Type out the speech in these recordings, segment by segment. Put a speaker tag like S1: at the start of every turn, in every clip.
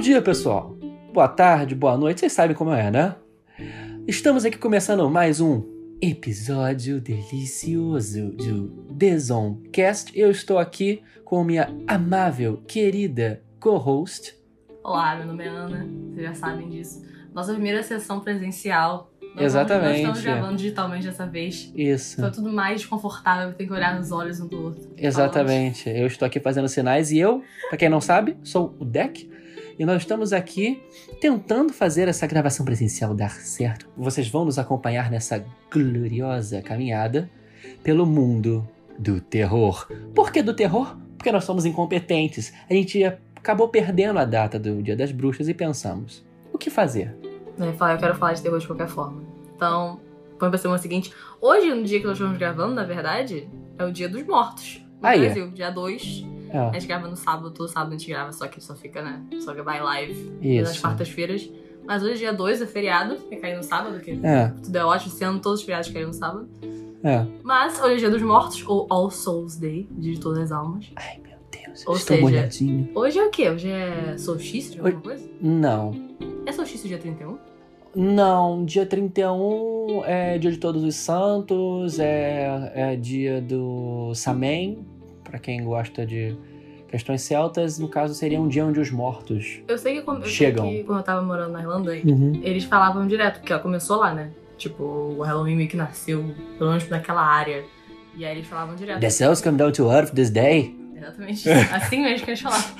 S1: dia, pessoal. Boa tarde, boa noite, vocês sabem como é, né? Estamos aqui começando mais um episódio delicioso do The Zonecast. Eu estou aqui com minha amável, querida co-host.
S2: Olá, meu nome é Ana, vocês já sabem disso. Nossa primeira sessão presencial. Nós
S1: Exatamente.
S2: Estamos, nós estamos gravando digitalmente dessa vez.
S1: Isso.
S2: Foi tudo mais confortável, tem que olhar nos olhos um do outro.
S1: Exatamente. Eu estou aqui fazendo sinais e eu, pra quem não sabe, sou o Deck. E nós estamos aqui tentando fazer essa gravação presencial dar certo. Vocês vão nos acompanhar nessa gloriosa caminhada pelo mundo do terror. Por que do terror? Porque nós somos incompetentes. A gente acabou perdendo a data do Dia das Bruxas e pensamos: o que fazer?
S2: Falando. É, falar, eu quero falar de terror de qualquer forma. Então, vamos pra semana seguinte. Hoje, no dia que nós estamos gravando, na verdade, é o dia dos mortos. No
S1: Aí.
S2: Brasil, dia 2.
S1: Ah,
S2: A gente grava no sábado, todo sábado a gente grava, só que só fica, né? Só que vai live nas
S1: isso.
S2: quartas-feiras. Mas hoje, dia 2, é feriado, vai cair no sábado, que
S1: É,
S2: tudo é ótimo, sendo todos os feriados caíram no sábado.
S1: é.
S2: Mas hoje é dia dos mortos, ou All Souls Day, dia de todas as almas.
S1: Ai, meu Deus.
S2: Ou
S1: estou
S2: seja-
S1: molhadinho.
S2: Hoje é o quê? Hoje é solstício de alguma coisa?
S1: Não.
S2: É solstício dia 31?
S1: Não, dia 31 é dia de Todos os Santos, é, é dia do Samhain, pra quem gosta de questões celtas, no caso seria um dia onde os mortos.
S2: Eu sei que quando, eu sei
S1: Chegam.
S2: que quando eu tava morando na Irlanda, eles falavam direto, porque ela começou lá, né? Tipo, o Halloween meio que nasceu, pelo menos naquela área. E aí eles falavam direto.
S1: The cells come down to earth this day.
S2: Exatamente. Assim mesmo que eles falavam.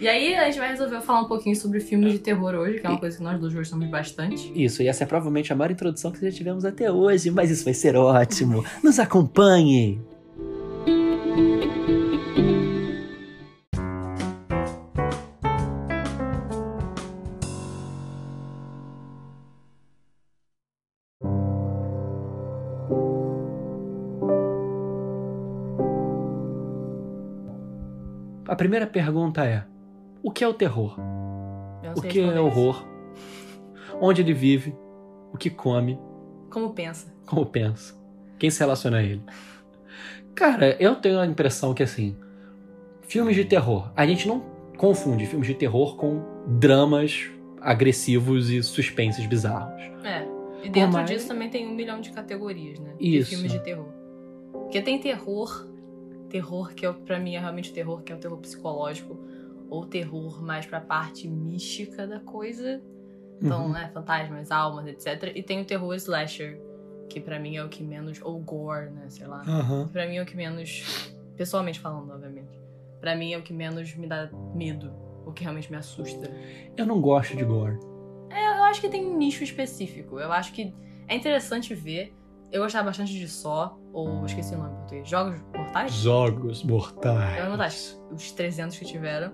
S2: e aí a gente vai resolver falar um pouquinho sobre filmes de terror hoje, que é uma coisa que nós dois gostamos bastante.
S1: Isso, e essa é provavelmente a maior introdução que já tivemos até hoje, mas isso vai ser ótimo. Nos acompanhe! A primeira pergunta é: o que é o terror?
S2: Eu não
S1: O
S2: sei
S1: que é
S2: responder isso.
S1: horror? Onde ele vive? O que come?
S2: Como pensa?
S1: Como pensa? Quem se relaciona a ele? Cara, eu tenho a impressão que assim, filmes de terror, a gente não confunde filmes de terror com dramas agressivos e suspenses bizarros.
S2: É. E dentro
S1: mais-
S2: disso também tem um milhão de categorias, né?
S1: Isso.
S2: De filmes de terror. Porque tem terror, terror que é, pra mim é realmente terror, que é um terror psicológico, ou terror mais pra parte mística da coisa. Então,
S1: Uhum.
S2: né, fantasmas, almas, etc. E tem o terror slasher, que pra mim é o que menos. Ou gore, né? Sei lá.
S1: Aham.
S2: Pra mim é o que menos. Pessoalmente falando, obviamente. Pra mim é o que menos me dá medo. O que realmente me assusta.
S1: Eu não gosto de gore.
S2: Eu acho que tem um nicho específico. Eu acho que é interessante ver. Eu gostava bastante de Só, ou esqueci o nome em português. Jogos Mortais?
S1: Jogos mortais.
S2: Jogos Mortais. Os 300 que tiveram.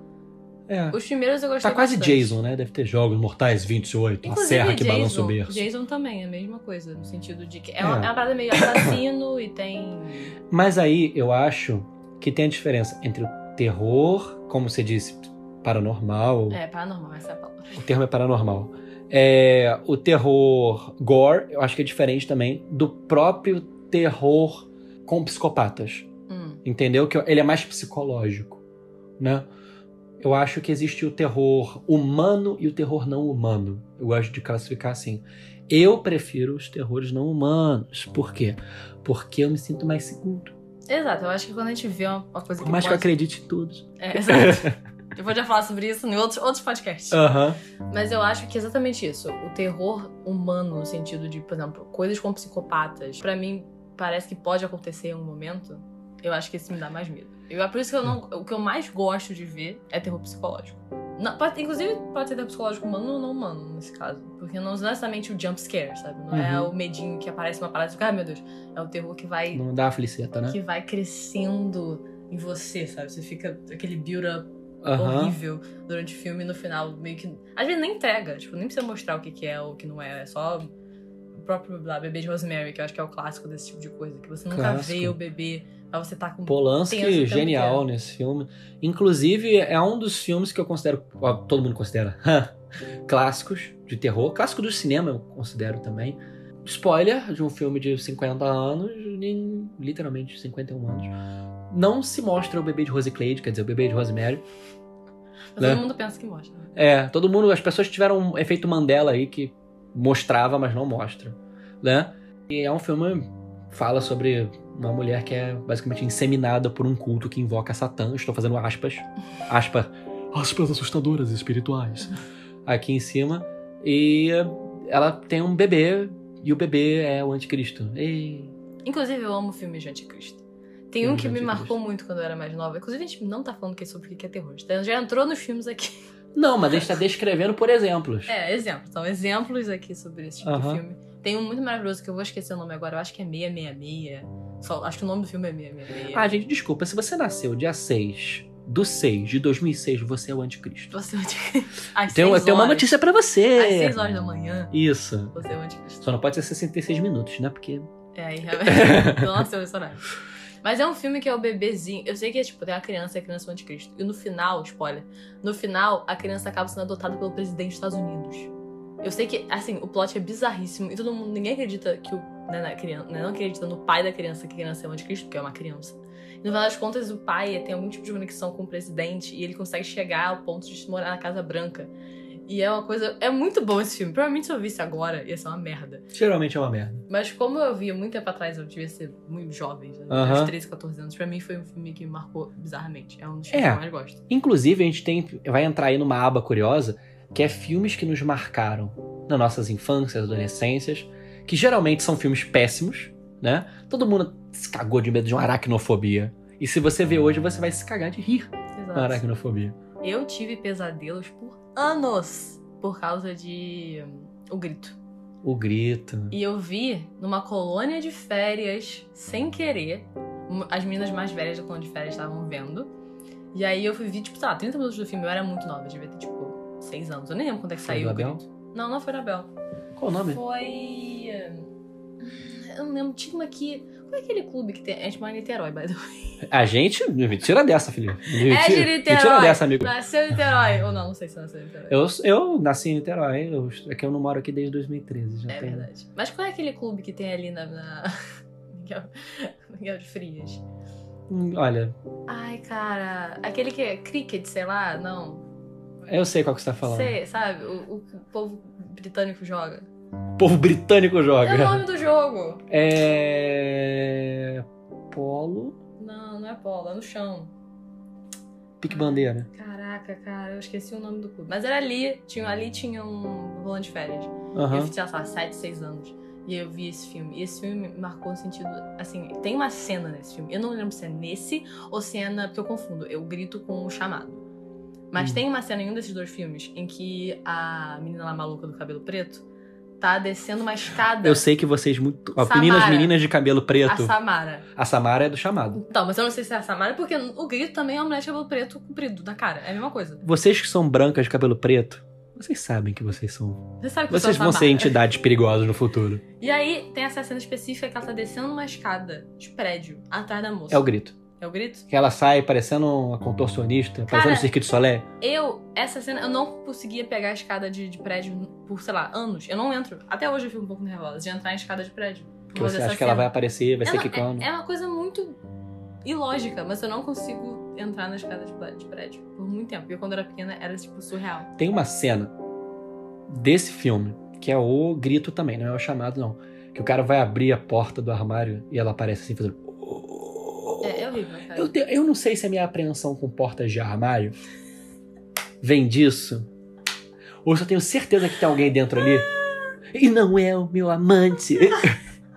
S1: É.
S2: Os primeiros eu gostei
S1: Tá quase
S2: bastante.
S1: Jason, né? Deve ter jogos mortais 28, uma
S2: Inclusive,
S1: serra que
S2: Jason,
S1: balança o berço.
S2: Jason também é a mesma coisa, no sentido de que é,
S1: É.
S2: Uma, é uma parada meio assassino e tem.
S1: Mas aí eu acho que tem a diferença entre o terror, como você disse, paranormal.
S2: É, paranormal, essa é a palavra.
S1: O termo é paranormal. É, o terror gore, eu acho que é diferente também do próprio terror com psicopatas.
S2: Hum.
S1: Entendeu? Que ele é mais psicológico, né? Eu acho que existe o terror humano e o terror não humano. Eu gosto de classificar assim. Eu prefiro os terrores não humanos. Por quê? Porque eu me sinto mais seguro.
S2: Exato, eu acho que quando a gente vê uma, uma coisa
S1: Por mais que eu
S2: pode...
S1: acredite em tudo.
S2: É, exato. eu vou já falar sobre isso em outros, outros podcasts.
S1: Aham.
S2: Mas eu acho que é exatamente isso. O terror humano, no sentido de, por exemplo, coisas com psicopatas, pra mim parece que pode acontecer em um momento. Eu acho que isso me dá mais medo. Eu, é por isso que eu não. O que eu mais gosto de ver é terror psicológico. Não, pode- inclusive, pode ser terror psicológico humano ou não humano, nesse caso. Porque não é necessariamente o jump scare, sabe? Não é
S1: Uhum.
S2: o medinho que aparece uma parada e fica, ai meu Deus. É o terror que vai
S1: Não dá a feliceta, né?
S2: que vai crescendo em você, sabe? Você fica aquele build-up
S1: Aham.
S2: horrível durante o filme e no final meio que. Às vezes nem entrega, tipo, nem precisa mostrar o que, que é ou o que não é. É só o próprio lá, bebê de Rosemary, que eu acho que é o clássico desse tipo de coisa. Que você nunca
S1: Clássico.
S2: vê o bebê, mas você tá com. Tem esse
S1: Polanski,
S2: tanto
S1: genial nesse filme. Inclusive, é um dos filmes que eu considero. ó, Todo mundo considera. clássicos de terror. Clássico do cinema, eu considero também. Spoiler de um filme de 50 anos, em- um literalmente 51 anos. Não se mostra o bebê de Rose Clayde, quer dizer, o bebê de Rosemary.
S2: Mas
S1: Né?
S2: todo mundo pensa que mostra. né?
S1: É, todo mundo, as pessoas tiveram um efeito Mandela aí que mostrava, mas não mostra, né? E é um filme que fala sobre uma mulher que é basicamente inseminada por um culto que invoca Satã. Estou fazendo aspas, aspa, aspas assustadoras espirituais aqui em cima. E ela tem um bebê e o bebê é o anticristo. E
S2: Inclusive, eu amo filmes de anticristo. Tem um
S1: Filmes
S2: que
S1: de
S2: me
S1: anticristo.
S2: marcou muito quando eu era mais nova. Inclusive, a gente não tá falando que é sobre o que é terror. Então, já entrou nos filmes aqui.
S1: não, mas a gente está descrevendo por exemplos.
S2: É, exemplos. São exemplos aqui sobre esse tipo
S1: Aham.
S2: de filme. Tem um muito maravilhoso que eu vou esquecer o nome agora. Eu acho que é 666. Só, acho que o nome do filme é 666.
S1: Ah, gente, desculpa, se você nasceu dia 6 do 6 de 2006, você é o anticristo.
S2: Você é o anticristo. Às
S1: Tem, um-
S2: seis
S1: tem uma
S2: horas.
S1: notícia pra você.
S2: Às 6 horas da manhã,
S1: Isso.
S2: você é o anticristo.
S1: Só não pode ser 66 minutos, né? Porque.
S2: É, aí realmente. Nossa, eu esse horário. Mas é um filme que é o bebezinho. Eu sei que é tipo, tem uma criança e a criança é o anticristo. E no final, spoiler, no final, a criança acaba sendo adotada pelo presidente dos Estados Unidos. Eu sei que, assim, o plot é bizarríssimo e todo mundo, ninguém acredita que o. Né, na criança, né, não acredita no pai da criança que a criança é o anticristo, porque é uma criança. E no final das contas, o pai tem algum tipo de conexão com o presidente e ele consegue chegar ao ponto de morar na Casa Branca. E é uma coisa. É muito bom esse filme. Provavelmente se eu visse agora, ia ser uma merda.
S1: Geralmente é uma merda.
S2: Mas como eu via muito tempo atrás, eu devia ser muito jovem, né? já,
S1: Aham.
S2: uns 13, 14 anos, pra mim foi um filme que me marcou bizarramente. É um dos
S1: É.
S2: filmes que eu mais gosto.
S1: Inclusive, a gente tem. Vai entrar aí numa aba curiosa, que é filmes que nos marcaram nas nossas infâncias, adolescências, que geralmente são filmes péssimos, né? Todo mundo se cagou de medo de uma aracnofobia. E se você vê hoje, você vai se cagar de rir na
S2: Exato.
S1: aracnofobia.
S2: Eu tive pesadelos por anos por causa de hum, O Grito.
S1: O grito.
S2: E eu vi numa colônia de férias, sem querer, um- as meninas mais velhas da colônia de férias estavam vendo. E aí eu fui ver, tipo, sei lá, 30 minutos do filme, eu era muito nova, eu devia ter, tipo, 6 anos. Eu nem lembro quando é que
S1: Foi
S2: saiu
S1: do
S2: o
S1: Abel?
S2: Grito. Não, não foi da Bel.
S1: Qual o nome?
S2: Foi. ah, Eu não lembro, tinha uma que. Qual é aquele clube que tem? A gente mora em Niterói, by the way.
S1: A gente. Mentira dessa, filho.
S2: É de
S1: Mentira, mentira
S2: Niterói.
S1: dessa, amigo.
S2: Nasceu em Niterói. Ou não, não sei se nasceu em Niterói.
S1: Eu, eu nasci em Niterói, eu, é que eu não moro aqui desde 2013. Já
S2: É
S1: tem-
S2: verdade. Mas qual é aquele clube que tem ali na. na... Miguel- Miguel de Frias?
S1: Hum, Olha,
S2: Ai, cara. Aquele que é cricket, sei lá, não.
S1: eu sei qual que você tá falando.
S2: Sei, sabe? O, o que o povo britânico joga.
S1: O povo britânico
S2: É o
S1: joga.
S2: nome do jogo.
S1: É. Polo,
S2: Não, não é bola, é no chão.
S1: pique bandeira.
S2: Caraca, cara, eu esqueci o nome do clube. Mas era ali, tinha, ali tinha um bolão de férias.
S1: Aham.
S2: Eu tinha, sei lá, 7, 6 anos. E eu vi esse filme. E esse filme me marcou no sentido. Assim, tem uma cena nesse filme. Eu não lembro se é nesse ou se é na. Porque eu confundo. Eu grito com o chamado. Mas
S1: Hum.
S2: tem uma cena em um desses dois filmes em que a menina lá maluca do cabelo preto tá descendo uma escada.
S1: Eu sei que vocês muito. Ó,
S2: Samara.
S1: meninas, meninas de cabelo
S2: A
S1: preto.
S2: Samara.
S1: A Samara é do chamado.
S2: Então, mas eu não sei se é a Samara, porque o grito também é uma mulher de cabelo preto comprido na cara. É a mesma coisa.
S1: Vocês que são brancas de cabelo preto, vocês sabem que vocês são.
S2: Você sabe que eu sou a
S1: Vocês vão
S2: Samara.
S1: ser entidades perigosas no futuro.
S2: E aí tem essa cena específica que ela tá descendo uma escada de prédio atrás da moça.
S1: É o grito.
S2: É o grito?
S1: Que ela sai parecendo uma contorcionista,
S2: Cara,
S1: parecendo o Cirque du Soleil.
S2: Eu, essa cena, eu não conseguia pegar a escada de, de prédio por, sei lá, anos. Eu não entro. Até hoje eu fico um pouco nervosa de entrar em escada de prédio.
S1: Que você acha que
S2: assim,
S1: ela vai aparecer, vai ser quicando.
S2: É, é uma coisa muito ilógica, mas eu não consigo entrar na escada de, pré- de prédio por muito tempo. Porque quando eu era pequena era, tipo, surreal.
S1: Tem uma cena desse filme, que é o grito também, não é o chamado, não. Que o cara vai abrir a porta do armário e ela aparece assim, fazendo.
S2: É, é horrível, cara.
S1: Eu, te- eu não sei se a minha apreensão com portas de armário vem disso. Ou se eu tenho certeza que tem alguém dentro ali. E não é o meu amante.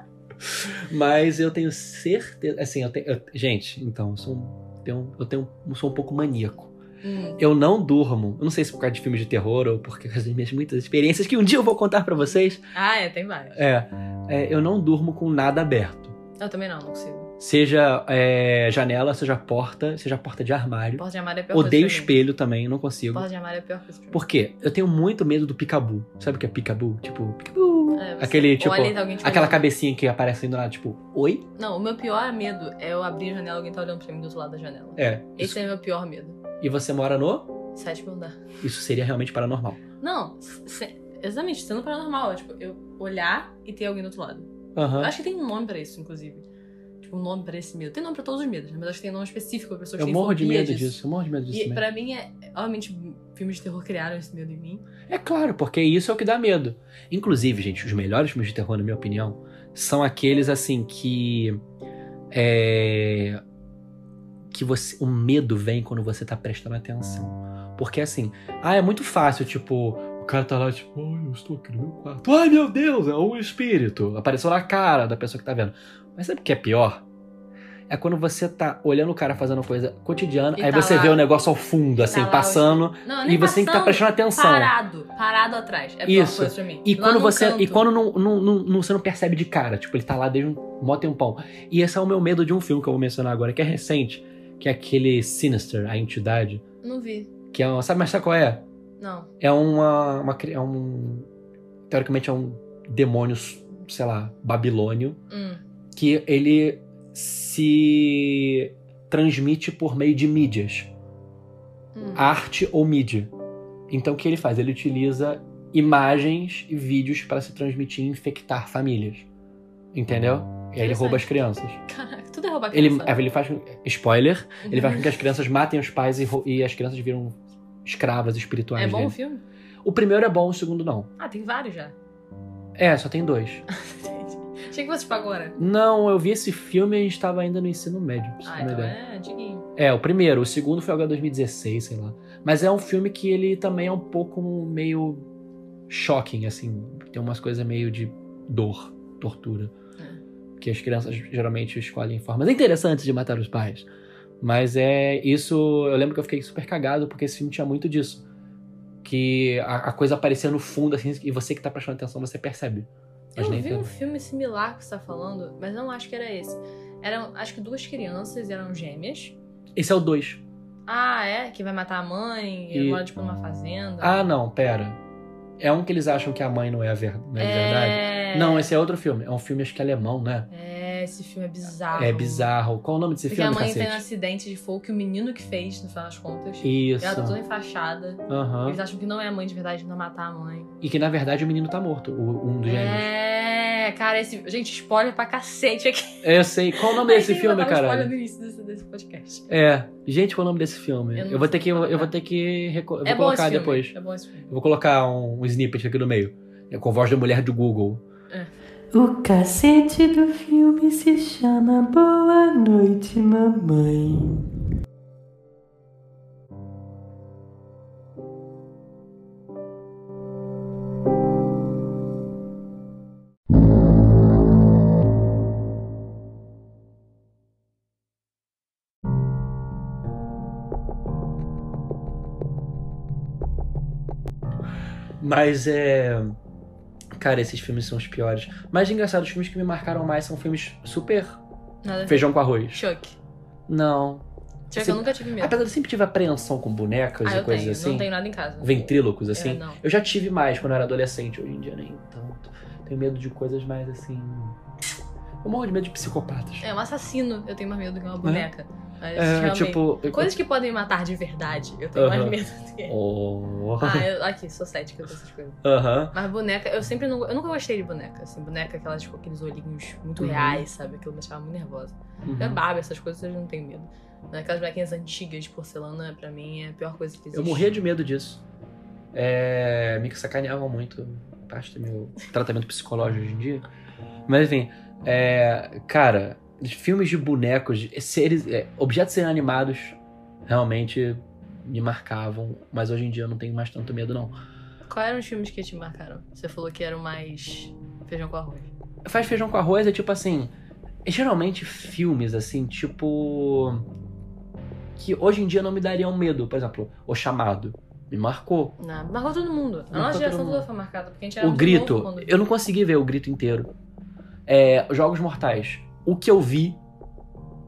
S1: Mas eu tenho certeza. Assim, eu tenho. eu- gente, então, eu sou um, tenho- eu tenho, eu sou um pouco maníaco.
S2: Hum.
S1: Eu não durmo. Eu não sei se por causa de filmes de terror ou por causa das minhas muitas experiências que um dia eu vou contar pra vocês.
S2: Ah, é, tem vários.
S1: É, é, eu não durmo com nada aberto.
S2: Eu também não, não consigo.
S1: Seja é, janela, seja porta, seja porta de armário.
S2: Porta de armário é a pior
S1: Odeio
S2: coisa. pra mim.
S1: espelho também, não consigo.
S2: Porta de armário é a pior coisa pra mim.
S1: Por quê? Eu tenho muito medo do picabu. Sabe o que é picabu? Tipo, picabu.
S2: É, você
S1: Aquele, tipo,
S2: olha e tá alguém te
S1: Aquela
S2: olhando.
S1: cabecinha que aparece indo lá, tipo, oi?
S2: Não, o meu pior medo é eu abrir a janela e alguém tá olhando pra mim do outro lado da janela.
S1: É.
S2: Esse é o meu pior medo.
S1: E você mora no?
S2: Sétimo andar.
S1: Isso seria realmente paranormal.
S2: Não, se- exatamente, sendo paranormal. É, tipo, eu olhar e ter alguém do outro lado.
S1: Aham.
S2: Eu acho que tem um nome pra isso, inclusive. Tipo, um nome pra esse medo. Tem nome pra todos os medos, né? mas acho que tem nome específico pra pessoas
S1: Eu
S2: que têm
S1: morro de
S2: fobia
S1: medo disso. eu morro de medo disso
S2: E
S1: mesmo.
S2: pra mim é. Obviamente, filmes de terror criaram esse medo em mim.
S1: É claro, porque isso é o que dá medo. Inclusive, gente, os melhores filmes de terror, na minha opinião, são aqueles assim que. É, que você, o medo vem quando você tá prestando atenção. Porque assim, ah, é muito fácil, tipo, o cara tá lá, tipo, ai, eu estou aqui no meu quarto. Ai, meu Deus, é um espírito. Apareceu na cara da pessoa que tá vendo. Mas sabe o que é pior? É quando você tá olhando o cara fazendo coisa cotidiana,
S2: E
S1: aí
S2: tá
S1: você
S2: lá- tá
S1: vê o negócio ao fundo, assim,
S2: lá o
S1: passando.
S2: Não,
S1: E você tem que estar
S2: passando,
S1: prestando atenção.
S2: Parado, parado atrás. É a pior
S1: Isso.
S2: coisa pra mim.
S1: E
S2: Lá
S1: quando
S2: num
S1: você.
S2: canto.
S1: E quando não, não, não, não- você não percebe de cara, tipo, ele tá lá desde um mó tempão. E esse é o meu medo de um filme que eu vou mencionar agora, que é recente, que é aquele Sinister, a entidade.
S2: Não vi.
S1: Que é uma. Sabe, mas sabe qual é?
S2: Não.
S1: É uma. uma cri- é um. Teoricamente é um demônio, sei lá, babilônio,
S2: Hum.
S1: que ele se transmite por meio de mídias
S2: hum.
S1: Ah. arte ou mídia. Então o que ele faz? Ele utiliza imagens e vídeos para se transmitir e infectar famílias. Entendeu? E aí ele
S2: Interessante.
S1: rouba as crianças.
S2: Caraca, tudo é roubar
S1: Ele,
S2: criança.
S1: ele faz. Spoiler. Ele faz com
S2: Uhum.
S1: que as crianças matem os pais e, rou- e as crianças viram escravas
S2: É
S1: espirituais
S2: bom o
S1: dele.
S2: filme?
S1: O primeiro é bom, o segundo não.
S2: Ah, tem vários já.
S1: É, só tem dois.
S2: Achei que fosse pra agora.
S1: Não, eu vi esse filme e estava ainda no ensino médio. pra você
S2: Ah,
S1: ter uma
S2: então
S1: ideia.
S2: é antiguinho.
S1: É, o primeiro. O segundo foi agora 2016, sei lá. Mas é um filme que ele também é um pouco meio shocking, assim. Tem umas coisas meio de dor, tortura. Que as crianças geralmente escolhem formas interessantes de matar os pais. Mas é isso. Eu lembro que eu fiquei super cagado porque esse filme tinha muito disso. Que a, a coisa aparecia no fundo, assim, e você que tá prestando atenção, você percebe. Mas
S2: Eu
S1: nem
S2: vi um
S1: tanto.
S2: filme similar que você tá falando, mas eu não acho que era esse. Eram, acho que duas crianças eram gêmeas.
S1: Esse é o 2.
S2: Ah, é? Que vai matar a mãe e,
S1: E-
S2: mora, tipo, numa fazenda.
S1: Ah, não, pera. É um que eles acham que a mãe não é a ver- não é de verdade.
S2: é...
S1: Não, esse é outro filme. É um filme, acho que alemão, né?
S2: É, esse filme é bizarro.
S1: É bizarro. Qual o nome desse
S2: Porque a
S1: filme, é
S2: mãe tem um
S1: cacete?
S2: acidente de fogo que o menino que fez, no final das contas.
S1: Isso.
S2: Ela tá toda enfaixada.
S1: Aham.
S2: Eles acham que não é a mãe de verdade, não matar a mãe.
S1: E que, na verdade, o menino tá morto, o- um dos gêmeos.
S2: É, cara, esse. Gente, spoiler pra cacete aqui.
S1: É, Eu sei. Qual o nome desse
S2: Tem que
S1: filme,
S2: botar um Spoiler
S1: caralho?
S2: no início desse, desse podcast.
S1: É. Gente, qual o nome desse filme?
S2: Eu
S1: Eu,
S2: não
S1: vou
S2: sei
S1: ter que, eu,
S2: falar.
S1: vou ter que reco- eu vou
S2: é bom esse
S1: colocar
S2: filme.
S1: depois.
S2: É bom esse filme.
S1: Eu vou colocar um, um snippet aqui no meio. É Com a voz da mulher do Google.
S3: O cacete do filme se chama Boa Noite, Mamãe.
S1: Mas é. Cara, esses filmes são os piores. Mas engraçado, os filmes que me marcaram mais são filmes super
S2: Nada a ver.
S1: feijão com arroz.
S2: Chuck.
S1: Não.
S2: Chuck
S1: Você-
S2: eu nunca tive medo.
S1: Assim, Apesar de eu sempre tive apreensão com bonecas
S2: Ah,
S1: e
S2: eu
S1: coisas
S2: tenho.
S1: assim.
S2: Não tenho nada em casa.
S1: ventrílocos,
S2: É,
S1: assim.
S2: não.
S1: Eu já tive mais quando eu era adolescente, hoje em dia nem tanto. Tenho medo de coisas mais assim. Eu morro de medo de psicopatas.
S2: É um assassino, eu tenho mais medo do que uma boneca. Mas,
S1: Né? É,
S2: realmente,
S1: tipo.
S2: Coisas que podem me matar de verdade, eu tenho mais
S1: Aham.
S2: medo do que.
S1: Oh.
S2: Ah, eu, aqui, sou cética dessas coisas.
S1: Aham.
S2: Mas boneca, eu sempre não. Eu nunca gostei de boneca. Assim, boneca, aquelas com aqueles olhinhos muito
S1: Uhum.
S2: reais, sabe? Aquilo me deixava muito nervosa.
S1: Uhum.
S2: Até barba, essas coisas eu não tenho medo. Mas Aquelas bonequinhas antigas de porcelana, pra mim, é a pior coisa que existe.
S1: Eu morria de medo disso. É, me sacaneavam muito. Parte do meu tratamento psicológico hoje em dia. Mas enfim, é, cara, filmes de bonecos, de seres, é, objetos inanimados realmente me marcavam. Mas hoje em dia eu não tenho mais tanto medo, não.
S2: Quais eram os filmes que te marcaram? Você falou que eram mais feijão com arroz.
S1: faz feijão com arroz é tipo assim. Geralmente filmes assim, tipo. Que hoje em dia não me dariam medo. Por exemplo, O Chamado. Me marcou.
S2: Não, Né? marcou todo mundo. A
S1: Marcou
S2: nossa geração
S1: todo
S2: toda
S1: mundo.
S2: foi marcada, porque a gente era
S1: O
S2: Tá muito
S1: Grito.
S2: novo quando-
S1: Eu não consegui ver o Grito inteiro. É, Jogos Mortais. O que eu vi,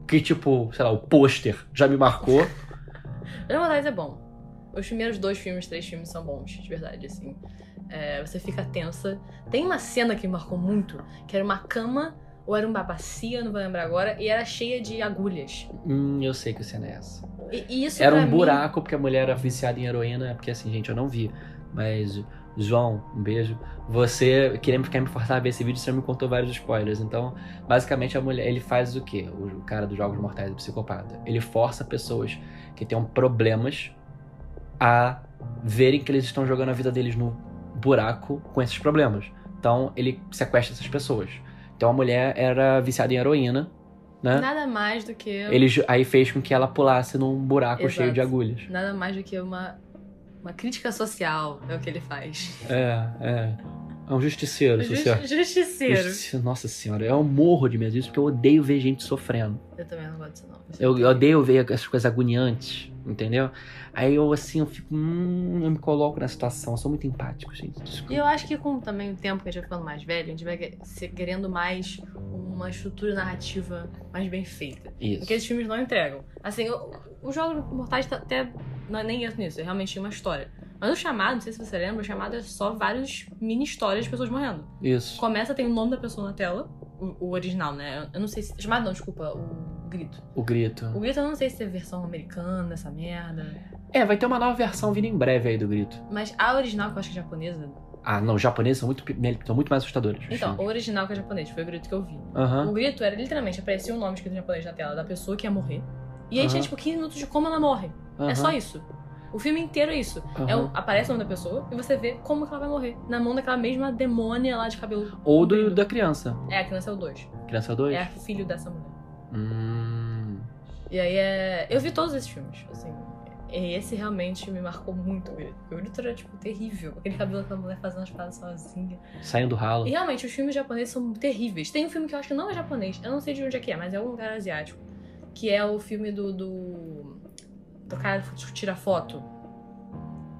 S1: que tipo, sei lá, o pôster já me marcou.
S2: Jogos Mortais é bom. Os primeiros dois filmes, três filmes são bons, de verdade, assim. É, você fica tensa. Tem uma cena que me marcou muito, que era uma cama, ou era um bacia, não vou lembrar agora, e era cheia de agulhas.
S1: hum, eu sei que cena é essa.
S2: E, e isso
S1: Era
S2: pra
S1: um
S2: mim-
S1: buraco porque a mulher era viciada em heroína, porque assim, gente, eu não vi. Mas, João, um beijo. Você querendo ficar me forçar a ver esse vídeo, você me contou vários spoilers. Então, basicamente, a mulher, ele faz o quê? O o cara dos Jogos Mortais, o psicopata. Ele força pessoas que tenham problemas a verem que eles estão jogando a vida deles no buraco com esses problemas. Então ele sequestra essas pessoas. Então a mulher era viciada em heroína, né?
S2: Nada mais do que.
S1: Ele ju- aí fez com que ela pulasse num buraco
S2: Exato.
S1: cheio de agulhas.
S2: Nada mais do que uma, uma crítica social é o que ele faz.
S1: É, é. É um justiceiro
S2: Justi-
S1: social.
S2: Justiceiro.
S1: Justi- Nossa senhora, eu morro de medo disso porque eu odeio ver gente sofrendo.
S2: Eu também não gosto disso, não.
S1: Eu, eu odeio ver essas coisas agoniantes, entendeu? Aí eu assim, eu fico. Hum, eu me coloco na situação, eu sou muito empático, gente.
S2: E eu acho que com também o tempo que a gente vai ficando mais velho, a gente vai que- se- querendo mais uma estrutura narrativa mais bem feita.
S1: Isso.
S2: Porque esses filmes não entregam. Assim, o- os Jogos Mortais tá até. Não é nem isso nisso, é realmente uma história. Mas o chamado, não sei se você lembra, o chamado é só vários mini histórias de pessoas morrendo.
S1: Isso.
S2: Começa, tem o nome da pessoa na tela, o, o original, né? Eu não sei se. Chamado não, desculpa, o grito.
S1: O grito.
S2: O grito eu não sei se é versão americana, essa merda.
S1: É, vai ter uma nova versão vindo em breve aí do grito.
S2: Mas a original, que eu acho que é japonesa.
S1: Ah, não, os japoneses são muito, pi- são muito mais assustadores. os
S2: Então, a
S1: filmes.
S2: original que é japonês, foi o grito que eu vi.
S1: Aham.
S2: O grito era literalmente, aparecia o nome escrito em japonês na tela da pessoa que ia morrer. E aí
S1: Aham.
S2: tinha tipo 15 minutos de como ela morre. É só isso. O filme inteiro é isso. É o- aparece o nome da pessoa e você vê como que ela vai morrer. Na mão daquela mesma demônia lá de cabelo.
S1: Ou do, da criança.
S2: É, a criança é o 2.
S1: Criança 2?
S2: É a filho dessa mulher.
S1: Hum.
S2: E aí é. Eu vi todos esses filmes, assim. E esse realmente me marcou muito. O grito. O grito era, tipo, terrível. Aquele cabelo que a mulher fazendo as paradas sozinha.
S1: Saindo do ralo.
S2: E realmente, os filmes japoneses são terríveis. Tem um filme que eu acho que não é japonês, eu não sei de onde é que é, mas é algum lugar asiático. Que é o filme do. do, do cara que tira foto.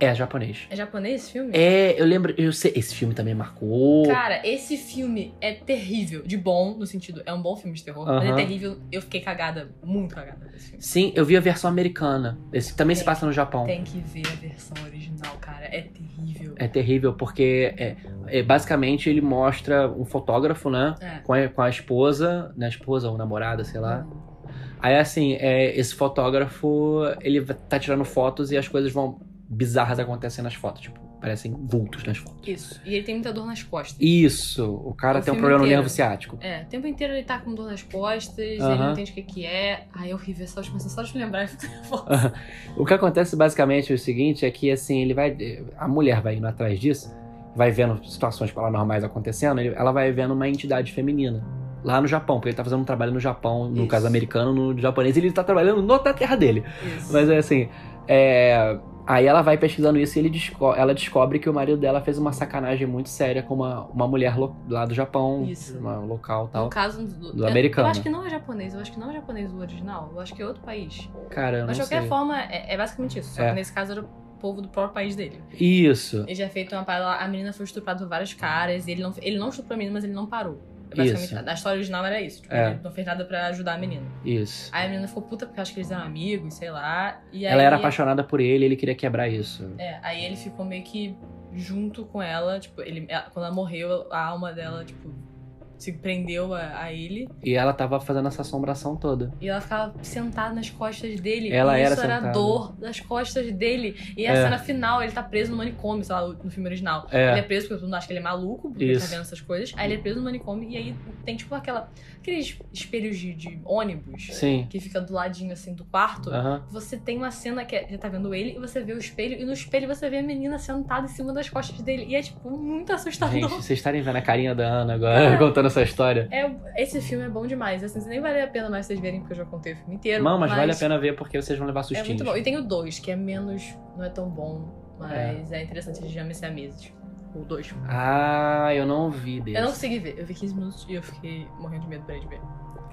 S1: É japonês.
S2: É japonês esse filme?
S1: É, eu lembro. Eu sei, esse filme também marcou.
S2: Cara, esse filme é terrível. De bom, no sentido, é um bom filme de terror, mas é
S1: Aham.
S2: terrível. Eu fiquei cagada, muito cagada nesse filme.
S1: Sim, eu vi a versão americana. Esse também se
S2: Tem-
S1: passa no Japão.
S2: É. Tem que ver a versão original, cara. É terrível.
S1: É terrível porque é, é, basicamente ele mostra um fotógrafo, né?
S2: É.
S1: Com a, com a esposa, né? Esposa ou namorada, sei lá. Aí assim, é, esse fotógrafo, ele va- tá tirando fotos e as coisas vão bizarras acontecendo nas fotos, tipo, parecem vultos nas fotos.
S2: Isso. E ele tem muita dor nas costas.
S1: Isso, o cara
S2: O
S1: tem um
S2: filme
S1: problema no
S2: inteiro.
S1: nervo ciático.
S2: É, o tempo inteiro ele tá com dor nas costas, ele
S1: Aham.
S2: não entende o que que é. Ai, é horrível essa última só de lembrar eu fico nervosa.
S1: O que acontece basicamente é o seguinte, é que assim, ele vai. A mulher vai indo atrás disso, vai vendo situações paranormais acontecendo, ele- ela vai vendo uma entidade feminina. Lá no Japão, porque ele tá fazendo um trabalho no Japão, no
S2: Isso.
S1: caso americano, no japonês, ele tá trabalhando no- na terra dele.
S2: Isso.
S1: Mas é assim. é, Aí ela vai pesquisando isso e ele desco- ela descobre que o marido dela fez uma sacanagem muito séria com uma, uma mulher lo- lá do Japão,
S2: Isso.
S1: uma local e
S2: No
S1: tal.
S2: caso do,
S1: Do
S2: eu-
S1: americano.
S2: Eu acho que não é japonês, eu acho que não é japonês o original, eu acho que é outro país.
S1: Cara, eu não
S2: Mas de qualquer
S1: sei.
S2: forma, é, é basicamente isso. Só
S1: É.
S2: que nesse caso era o povo do próprio país dele.
S1: Isso,
S2: Ele já feito uma parada lá, a menina foi estuprada por vários caras, e ele não, ele não estuprou a menina, mas ele não parou. É Basicamente,
S1: Isso.
S2: a a história original era isso. Tipo,
S1: É.
S2: ele não fez nada pra ajudar a menina.
S1: isso.
S2: Aí a menina ficou puta porque acho que eles eram amigos, sei lá. E
S1: Ela
S2: aí,
S1: era apaixonada por ele, ele queria quebrar isso.
S2: É, aí ele ficou meio que junto com ela, tipo, ele, ela- quando ela morreu, a alma dela, tipo, se prendeu a, a ele.
S1: E ela tava fazendo essa assombração toda.
S2: E ela ficava sentada nas costas dele.
S1: Ela
S2: e
S1: era
S2: isso era a
S1: sentada.
S2: dor das costas dele. E a
S1: É.
S2: cena final, ele tá preso no manicômio, sei lá, no filme original. Ele é
S1: É,
S2: preso porque todo mundo acha que ele é maluco, porque ele
S1: Isso.
S2: tá vendo essas coisas. Aí ele é preso no manicômio e aí tem tipo aquela, aqueles espelhos de, de ônibus
S1: é sim.
S2: que fica do ladinho assim do quarto.
S1: Aham.
S2: Você tem uma cena que é- você tá vendo ele e você vê o espelho, e no espelho você vê a menina sentada em cima das costas dele. E é tipo muito assustador.
S1: Gente, vocês estarem vendo a carinha da Ana agora, contando essa história.
S2: É, esse filme é bom demais. Assim, nem vale a pena mais vocês verem, porque eu já contei o filme inteiro.
S1: Não, mas, vale a pena ver porque vocês vão levar
S2: É
S1: sustinhos.
S2: muito bom. E tem o 2, que é menos. não é tão bom, mas é, interessante. A gente já me há meses. O 2.
S1: Ah, eu não vi desse.
S2: Eu não consegui ver. Eu vi 15 minutos e eu fiquei morrendo de medo pra ele ver.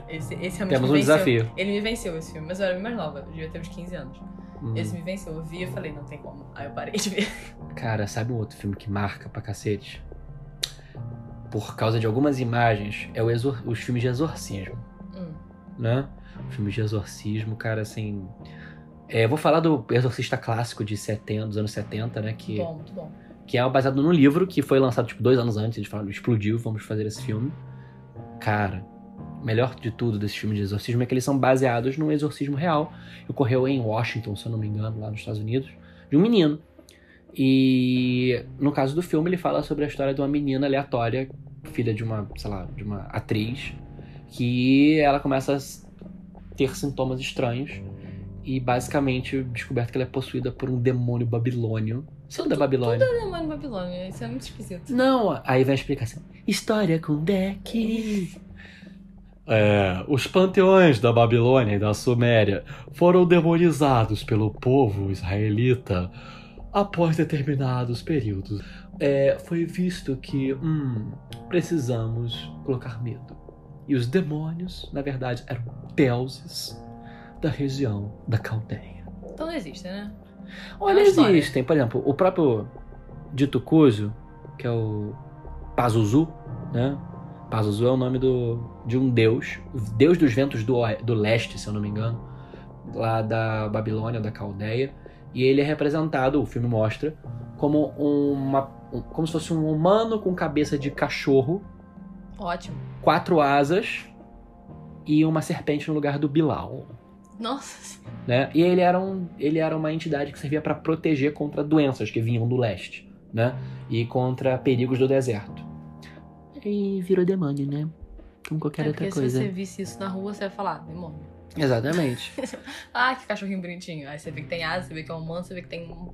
S2: Esse, esse realmente
S1: Temos um
S2: me venceu.
S1: desafio.
S2: Ele me venceu esse filme, mas eu era bem mais nova. Eu devia ter uns 15 anos.
S1: Hum.
S2: Esse me venceu. Eu vi e falei, não tem como. Aí eu parei de ver.
S1: Cara, sabe um outro filme que marca pra cacete? Por causa de algumas imagens, é o exor- os filmes de exorcismo,
S2: Hum.
S1: né? Filmes de exorcismo, cara, assim. É, eu vou falar do Exorcista clássico de 70, dos anos 70, né? Que,
S2: Bom, muito bom.
S1: que é baseado num livro que foi lançado tipo dois anos antes. Eles falaram, explodiu, vamos fazer esse filme. Cara, o melhor de tudo desse filme de exorcismo é que eles são baseados num exorcismo real. que Ocorreu em Washington, se eu não me engano, lá nos Estados Unidos, de um menino. E no caso do filme, ele fala sobre a história de uma menina aleatória, filha de uma, sei lá, de uma atriz, que ela começa a s- ter sintomas estranhos. e basicamente descoberto que ela é possuída por um demônio babilônio. Sou da
S2: Tu-
S1: Babilônia.
S2: Tudo é demônio Babilônia, isso é muito esquisito.
S1: Não, aí vem a explicação. História com Deck. É, os panteões da Babilônia e da Suméria foram demonizados pelo povo israelita após determinados períodos. É, foi visto que, hum, precisamos colocar medo. E os demônios, na verdade, eram deuses da região da Caldeia.
S2: Então não existe, né?
S1: Olha,
S2: É uma história.
S1: existem. Por exemplo, o próprio Dito Cujo, que é o Pazuzu, né? Pazuzu é o nome do, de um deus, deus dos ventos do, oe- do leste, se eu não me engano, lá da Babilônia, da Caldeia. E ele é representado, o filme mostra, como uma, um- como se fosse um humano com cabeça de cachorro,
S2: Ótimo.
S1: quatro asas e uma serpente no lugar do Bilal
S2: Nossa,
S1: né? E ele era, um, ele era uma entidade que servia para proteger contra doenças que vinham do leste, né? E contra perigos do deserto. E virou demônio, né? Como qualquer
S2: é
S1: outra
S2: porque
S1: coisa.
S2: se você visse isso na rua, você ia falar, demônio.
S1: Exatamente.
S2: Ah, que cachorrinho bonitinho. Aí você vê que tem asa, você vê que é humano, você vê que tem um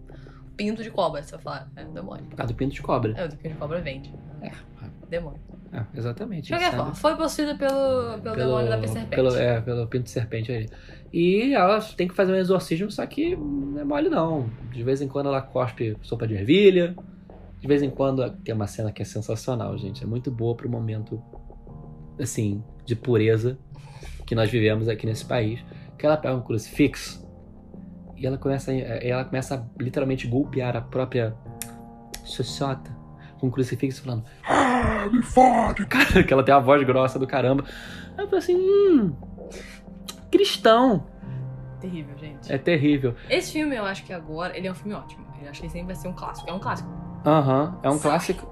S2: pinto de cobra. Você vai falar, é demônio.
S1: Por causa do pinto de cobra.
S2: É, o pinto de cobra vende.
S1: É.
S2: Demônio.
S1: É, exatamente.
S2: De qualquer
S1: sabe?
S2: forma, foi possuída pelo, pelo, demônio da serpente.
S1: Pelo, é, pelo pinto de serpente ali. E ela tem que fazer um exorcismo, só que não é mole não. De vez em quando ela cospe sopa de ervilha. De vez em quando tem uma cena que é sensacional, gente. É muito boa pro momento, assim, de pureza que nós vivemos aqui nesse país. Que ela pega um crucifixo e ela começa, a- ela começa a literalmente golpear a própria xoxota com o crucifixo falando ah, me fode, cara, que ela tem a voz grossa do caramba. Aí eu falei assim, hum, cristão,
S2: Terrível, gente.
S1: é terrível.
S2: Esse filme, eu acho que agora, ele é um filme ótimo. Eu acho que ele sempre vai ser um clássico. É um clássico.
S1: Aham, é um clássico.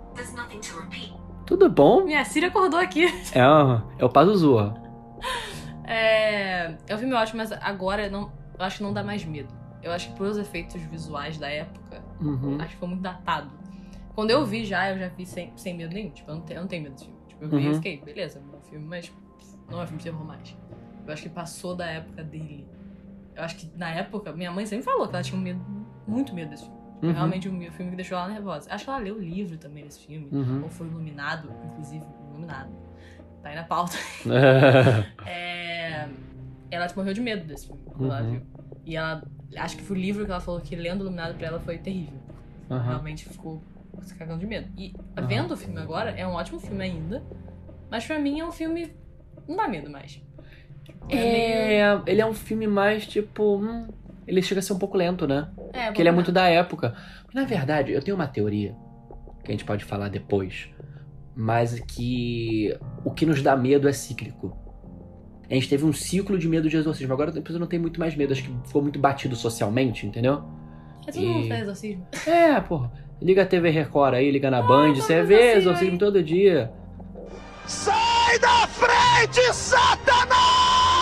S1: Tudo bom?
S2: Minha Cira acordou aqui.
S1: É, aham, é o Pazuzu, ó.
S2: É, é um filme ótimo, mas agora não, eu acho que não dá mais medo. Eu acho que pelos efeitos visuais da época,
S1: Uhum.
S2: acho que foi muito datado. Quando eu vi já, eu já vi sem, sem medo nenhum. Tipo, eu não, te- eu não tenho medo desse filme. Tipo, eu vi
S1: Uhum.
S2: e fiquei, beleza, é um bom filme, mas não é um filme de terror mais. Eu acho que passou da época dele. Eu acho que na época, minha mãe sempre falou que ela tinha um medo, muito medo desse filme. Tipo,
S1: Uhum.
S2: Realmente um filme que deixou ela nervosa. Acho que ela leu o livro também desse filme.
S1: Uhum.
S2: Ou foi iluminado, inclusive, iluminado. Tá aí na pauta. É, Ela morreu de medo desse filme, quando ela
S1: Uhum.
S2: viu. E ela. Acho que foi o livro que ela falou que lendo Iluminado pra ela foi terrível.
S1: Aham.
S2: Realmente ficou se cagando de medo. E
S1: Aham.
S2: vendo o filme agora, é um ótimo filme ainda. Mas pra mim é um filme. Não dá medo mais. meio-
S1: É, ele é um filme mais tipo, hum, ele chega a ser um pouco lento, né?
S2: É,
S1: Porque ele é muito da época. Na verdade, eu tenho uma teoria que a gente pode falar depois, mas que o que nos dá medo é cíclico. A gente teve um ciclo de medo de exorcismo. Agora a pessoa não tem muito mais medo. Acho que ficou muito batido socialmente, entendeu?
S2: É todo mundo
S1: e-
S2: faz exorcismo.
S1: É, porra. Liga a TV Record aí, liga na Band,
S2: tá
S1: você
S2: vendo
S1: vê
S2: assim,
S1: exorcismo
S2: aí.
S1: todo dia.
S4: Sai da frente,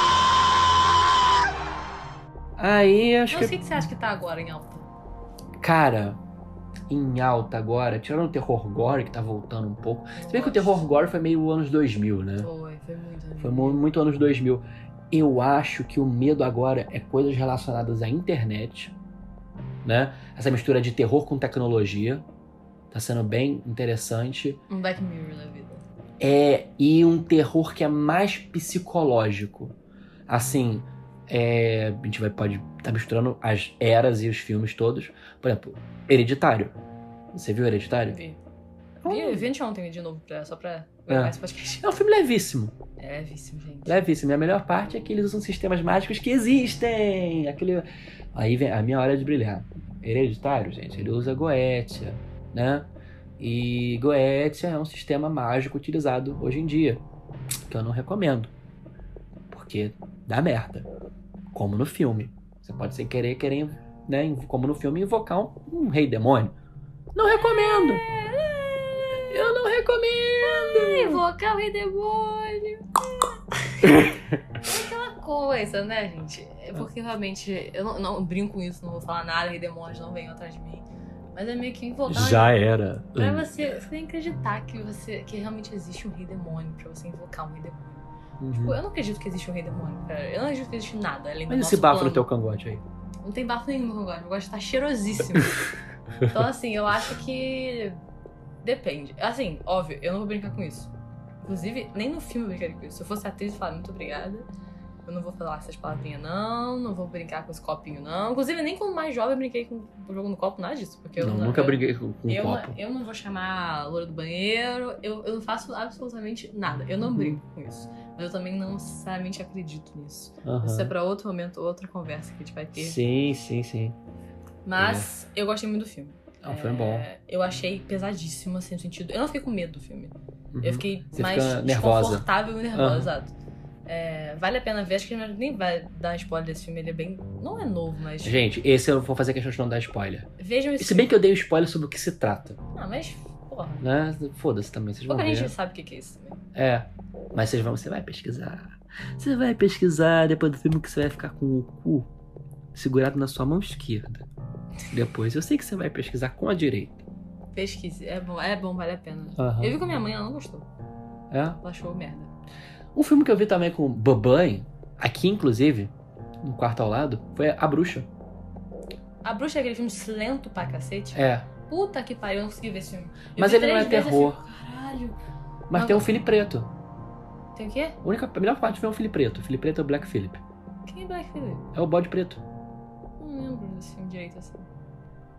S4: Satanás!
S1: Aí acho
S2: Mas
S1: que
S2: o que que você acha que tá agora em alta?
S1: Cara, em alta agora, tirando o terror gore, que tá voltando um pouco. Se bem que o terror gore foi meio anos 2000, né?
S2: Foi, foi muito. né?
S1: Foi mu- muito anos 2000. Eu acho que o medo agora é coisas relacionadas à internet, né? Essa mistura de terror com tecnologia tá sendo bem interessante.
S2: Um Black Mirror da vida.
S1: É, e um terror que é mais psicológico. Assim, é, a gente vai, pode estar misturando as eras e os filmes todos. Por exemplo, Hereditário. Você viu Hereditário?
S2: Vi. Vi, vi anteontem de novo, pra- só pra gravar
S1: É.
S2: esse podcast.
S1: É um filme levíssimo.
S2: É levíssimo, gente.
S1: Levíssimo. E a melhor parte é que eles usam sistemas mágicos que existem. Aquele... Aí vem a minha hora de brilhar. Hereditário, gente, ele usa Goetia, né? E Goetia é um sistema mágico utilizado hoje em dia, que eu não recomendo. Porque dá merda. Como no filme. Você pode sem querer, querer, né? inv- Como no filme, invocar um, um rei demônio. Não recomendo! Eu não recomendo!
S2: Invocar o rei demônio. É aquela coisa, né, gente? É porque realmente eu não, não brinco com isso, não vou falar nada, rei demônio não venham atrás de mim. Mas é meio que invocar.
S1: era.
S2: Pra você, você tem que acreditar que, você, que realmente existe um rei demônio, pra você invocar um rei demônio.
S1: Uhum.
S2: Tipo, eu não acredito que existe um rei demônio, cara. Eu não acredito que existe nada além do
S1: Mas
S2: nosso
S1: esse bafo
S2: plano.
S1: no teu cangote aí.
S2: Não tem bafo nenhum no Rogório. O Rogório tá cheirosíssimo. então, assim, eu acho que. Depende. Assim, óbvio, eu não vou brincar com isso. Inclusive, nem no filme eu brincaria com isso. Se eu fosse atriz, eu falava muito obrigada. Eu não vou falar essas palavrinhas, não. Não vou brincar com esse copinho, não. Inclusive, nem quando mais jovem eu brinquei com o jogo no copo, nada disso. Porque eu
S1: não,
S2: não-
S1: nunca
S2: eu-
S1: briguei com, com
S2: eu,
S1: um copo.
S2: eu não vou chamar a loura do banheiro, eu, eu não faço absolutamente nada. Eu
S1: Uhum.
S2: não brinco com isso. Mas eu também não necessariamente acredito nisso.
S1: Aham.
S2: Isso é pra outro momento, outra conversa que a gente vai ter.
S1: Sim, sim, sim.
S2: Mas eu gostei muito do filme.
S1: É um Uhum. filme bom.
S2: É, Eu achei pesadíssimo, assim, no sentido. Eu não fiquei com medo do filme.
S1: Uhum.
S2: Eu fiquei
S1: Você
S2: mais
S1: fica nervosa.
S2: desconfortável e nervosa,
S1: Aham.
S2: exato. É, vale a pena ver, acho que a gente nem vai dar spoiler desse filme, ele é bem. Não é novo, mas.
S1: Gente, esse eu vou fazer questão de não dar spoiler.
S2: Vejam esse
S1: Se bem que eu dei um spoiler sobre o que se trata,
S2: filme. Ah, mas, porra.
S1: né? Foda-se também, vocês vão
S2: Pouca
S1: ver.
S2: gente sabe o que que é isso também.
S1: É, mas vocês vão, você vai pesquisar. Você vai pesquisar depois do filme que você vai ficar com o cu segurado na sua mão esquerda. Depois, eu sei que você vai pesquisar com a direita.
S2: Pesquise, é bom, é bom, vale a pena.
S1: Aham.
S2: Eu vi com a minha mãe, ela não gostou.
S1: É.
S2: Ela achou merda.
S1: Um filme que eu vi também com Babanho, aqui inclusive, no quarto ao lado, foi A Bruxa.
S2: A bruxa é aquele filme lento pra cacete.
S1: É,
S2: Puta que pariu, eu não consegui ver esse filme. Eu
S1: Mas
S2: vi
S1: ele não
S2: três
S1: é
S2: vezes e
S1: terror.
S2: fico, Caralho.
S1: mas
S2: Ah,
S1: tem um
S2: não.
S1: filho preto.
S2: Tem o quê?
S1: A, única, a melhor parte de ver é um filho preto. O filho preto é o Black Phillip.
S2: Quem é Black Phillip?
S1: É o bode preto.
S2: Não lembro desse filme direito assim.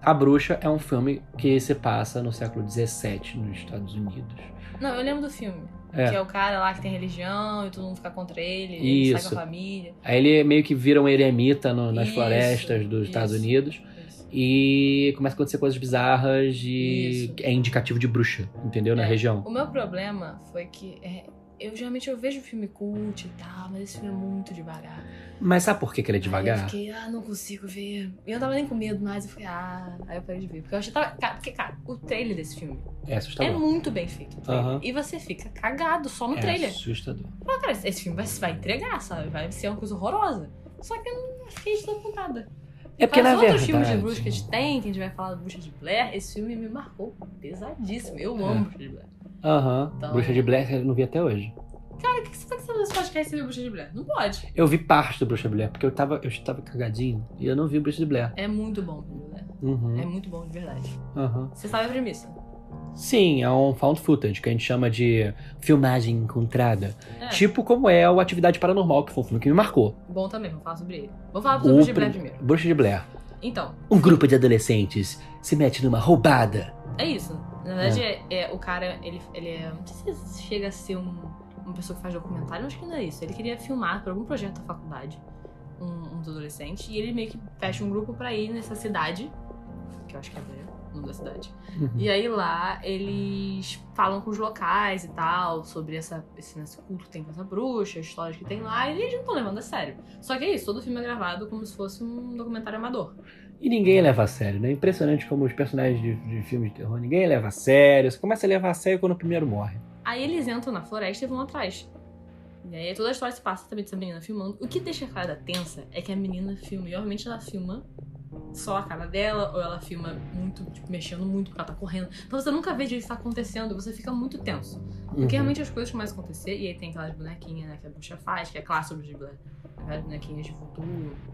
S1: A Bruxa é um filme que se passa no século XVII nos Estados Unidos.
S2: Não, eu lembro do filme.
S1: É.
S2: Que é o cara lá que tem religião e todo mundo fica contra ele, ele sai
S1: Isso.
S2: com a família.
S1: Aí ele meio que vira um eremita no- nas
S2: Isso,
S1: florestas dos Estados
S2: isso.
S1: Unidos.
S2: Isso.
S1: E começa a acontecer coisas bizarras e
S2: Isso.
S1: é indicativo de bruxa, entendeu? Na
S2: É.
S1: região.
S2: O meu problema foi que é, eu geralmente eu vejo filme cult e tal, mas esse filme é muito devagar.
S1: Mas sabe por que, que ele é
S2: Aí eu
S1: devagar?
S2: fiquei, ah, não consigo ver. E eu não tava nem com medo mais, eu fiquei, ah, aí eu parei de ver. Porque eu achei que tava. cara, Porque, cara, o trailer desse filme
S1: É
S2: é
S1: assustador.
S2: muito bem feito. o trailer.
S1: Aham.
S2: E você fica cagado só no
S1: é
S2: trailer.
S1: assustador.
S2: Fala, cara, esse filme vai, vai entregar, sabe? Vai ser uma coisa horrorosa. Só que eu não fiquei desapontada.
S1: É porque,
S2: Para
S1: na
S2: os outros filmes de
S1: verdade-
S2: bruxa que a gente tem, que a gente vai falar do Bruxa de Blair, esse filme me marcou pesadíssimo. Eu
S1: É.
S2: amo Bruxa de Blair.
S1: Aham.
S2: Então-
S1: Bruxa de Blair eu não vi até hoje.
S2: Cara, o que que você tá fazendo nesse podcast sobre Bruxa de Blair? Não pode.
S1: Eu vi parte do Bruxa de Blair, porque eu tava, eu estava cagadinho e eu não vi o Bruxa de Blair.
S2: É muito bom, Bruxa de Blair. É
S1: Uhum.
S2: muito bom, de verdade.
S1: Aham.
S2: Você sabe a premissa.
S1: Sim, é um found footage, que a gente chama de filmagem encontrada.
S2: É.
S1: Tipo como é o Atividade Paranormal, que foi um filme que me marcou.
S2: Bom também, vamos falar sobre ele. Vamos falar sobre o Bruxa de Blair
S1: prim-
S2: primeiro.
S1: Bruxa de Blair.
S2: Então,
S1: Um grupo de adolescentes se mete numa roubada.
S2: é isso. Na verdade, é- é, o cara, ele, ele é. Não sei se chega a ser um, uma pessoa que faz documentário, mas acho que não é isso. Ele queria filmar por algum projeto da faculdade um, um dos adolescentes, e ele meio que fecha um grupo pra ir nessa cidade, que eu acho que é Blair, o nome da cidade.
S1: Uhum.
S2: E aí lá eles falam com os locais e tal, sobre essa, esse, esse culto que tem com essa bruxa, as histórias que tem lá, e eles não estão levando a sério. Só que é isso, todo filme é gravado como se fosse um documentário amador.
S1: E ninguém leva a sério, né? Impressionante como os personagens de, de filmes de terror, ninguém leva a sério. Você começa a levar a sério quando o primeiro morre.
S2: Aí eles entram na floresta e vão atrás. E aí toda a história se passa também dessa menina filmando. O que deixa a cara da tensa é que a menina filma, e obviamente ela filma só a cara dela, ou ela filma muito, tipo, mexendo muito porque ela tá correndo. Então você nunca vê direito o que tá acontecendo, você fica muito tenso. Porque
S1: Uhum.
S2: realmente as coisas começam a acontecer, e aí tem aquelas bonequinhas, né, que a bruxa faz, que é clássico de Blair. Aquelas bonequinhas de futuro.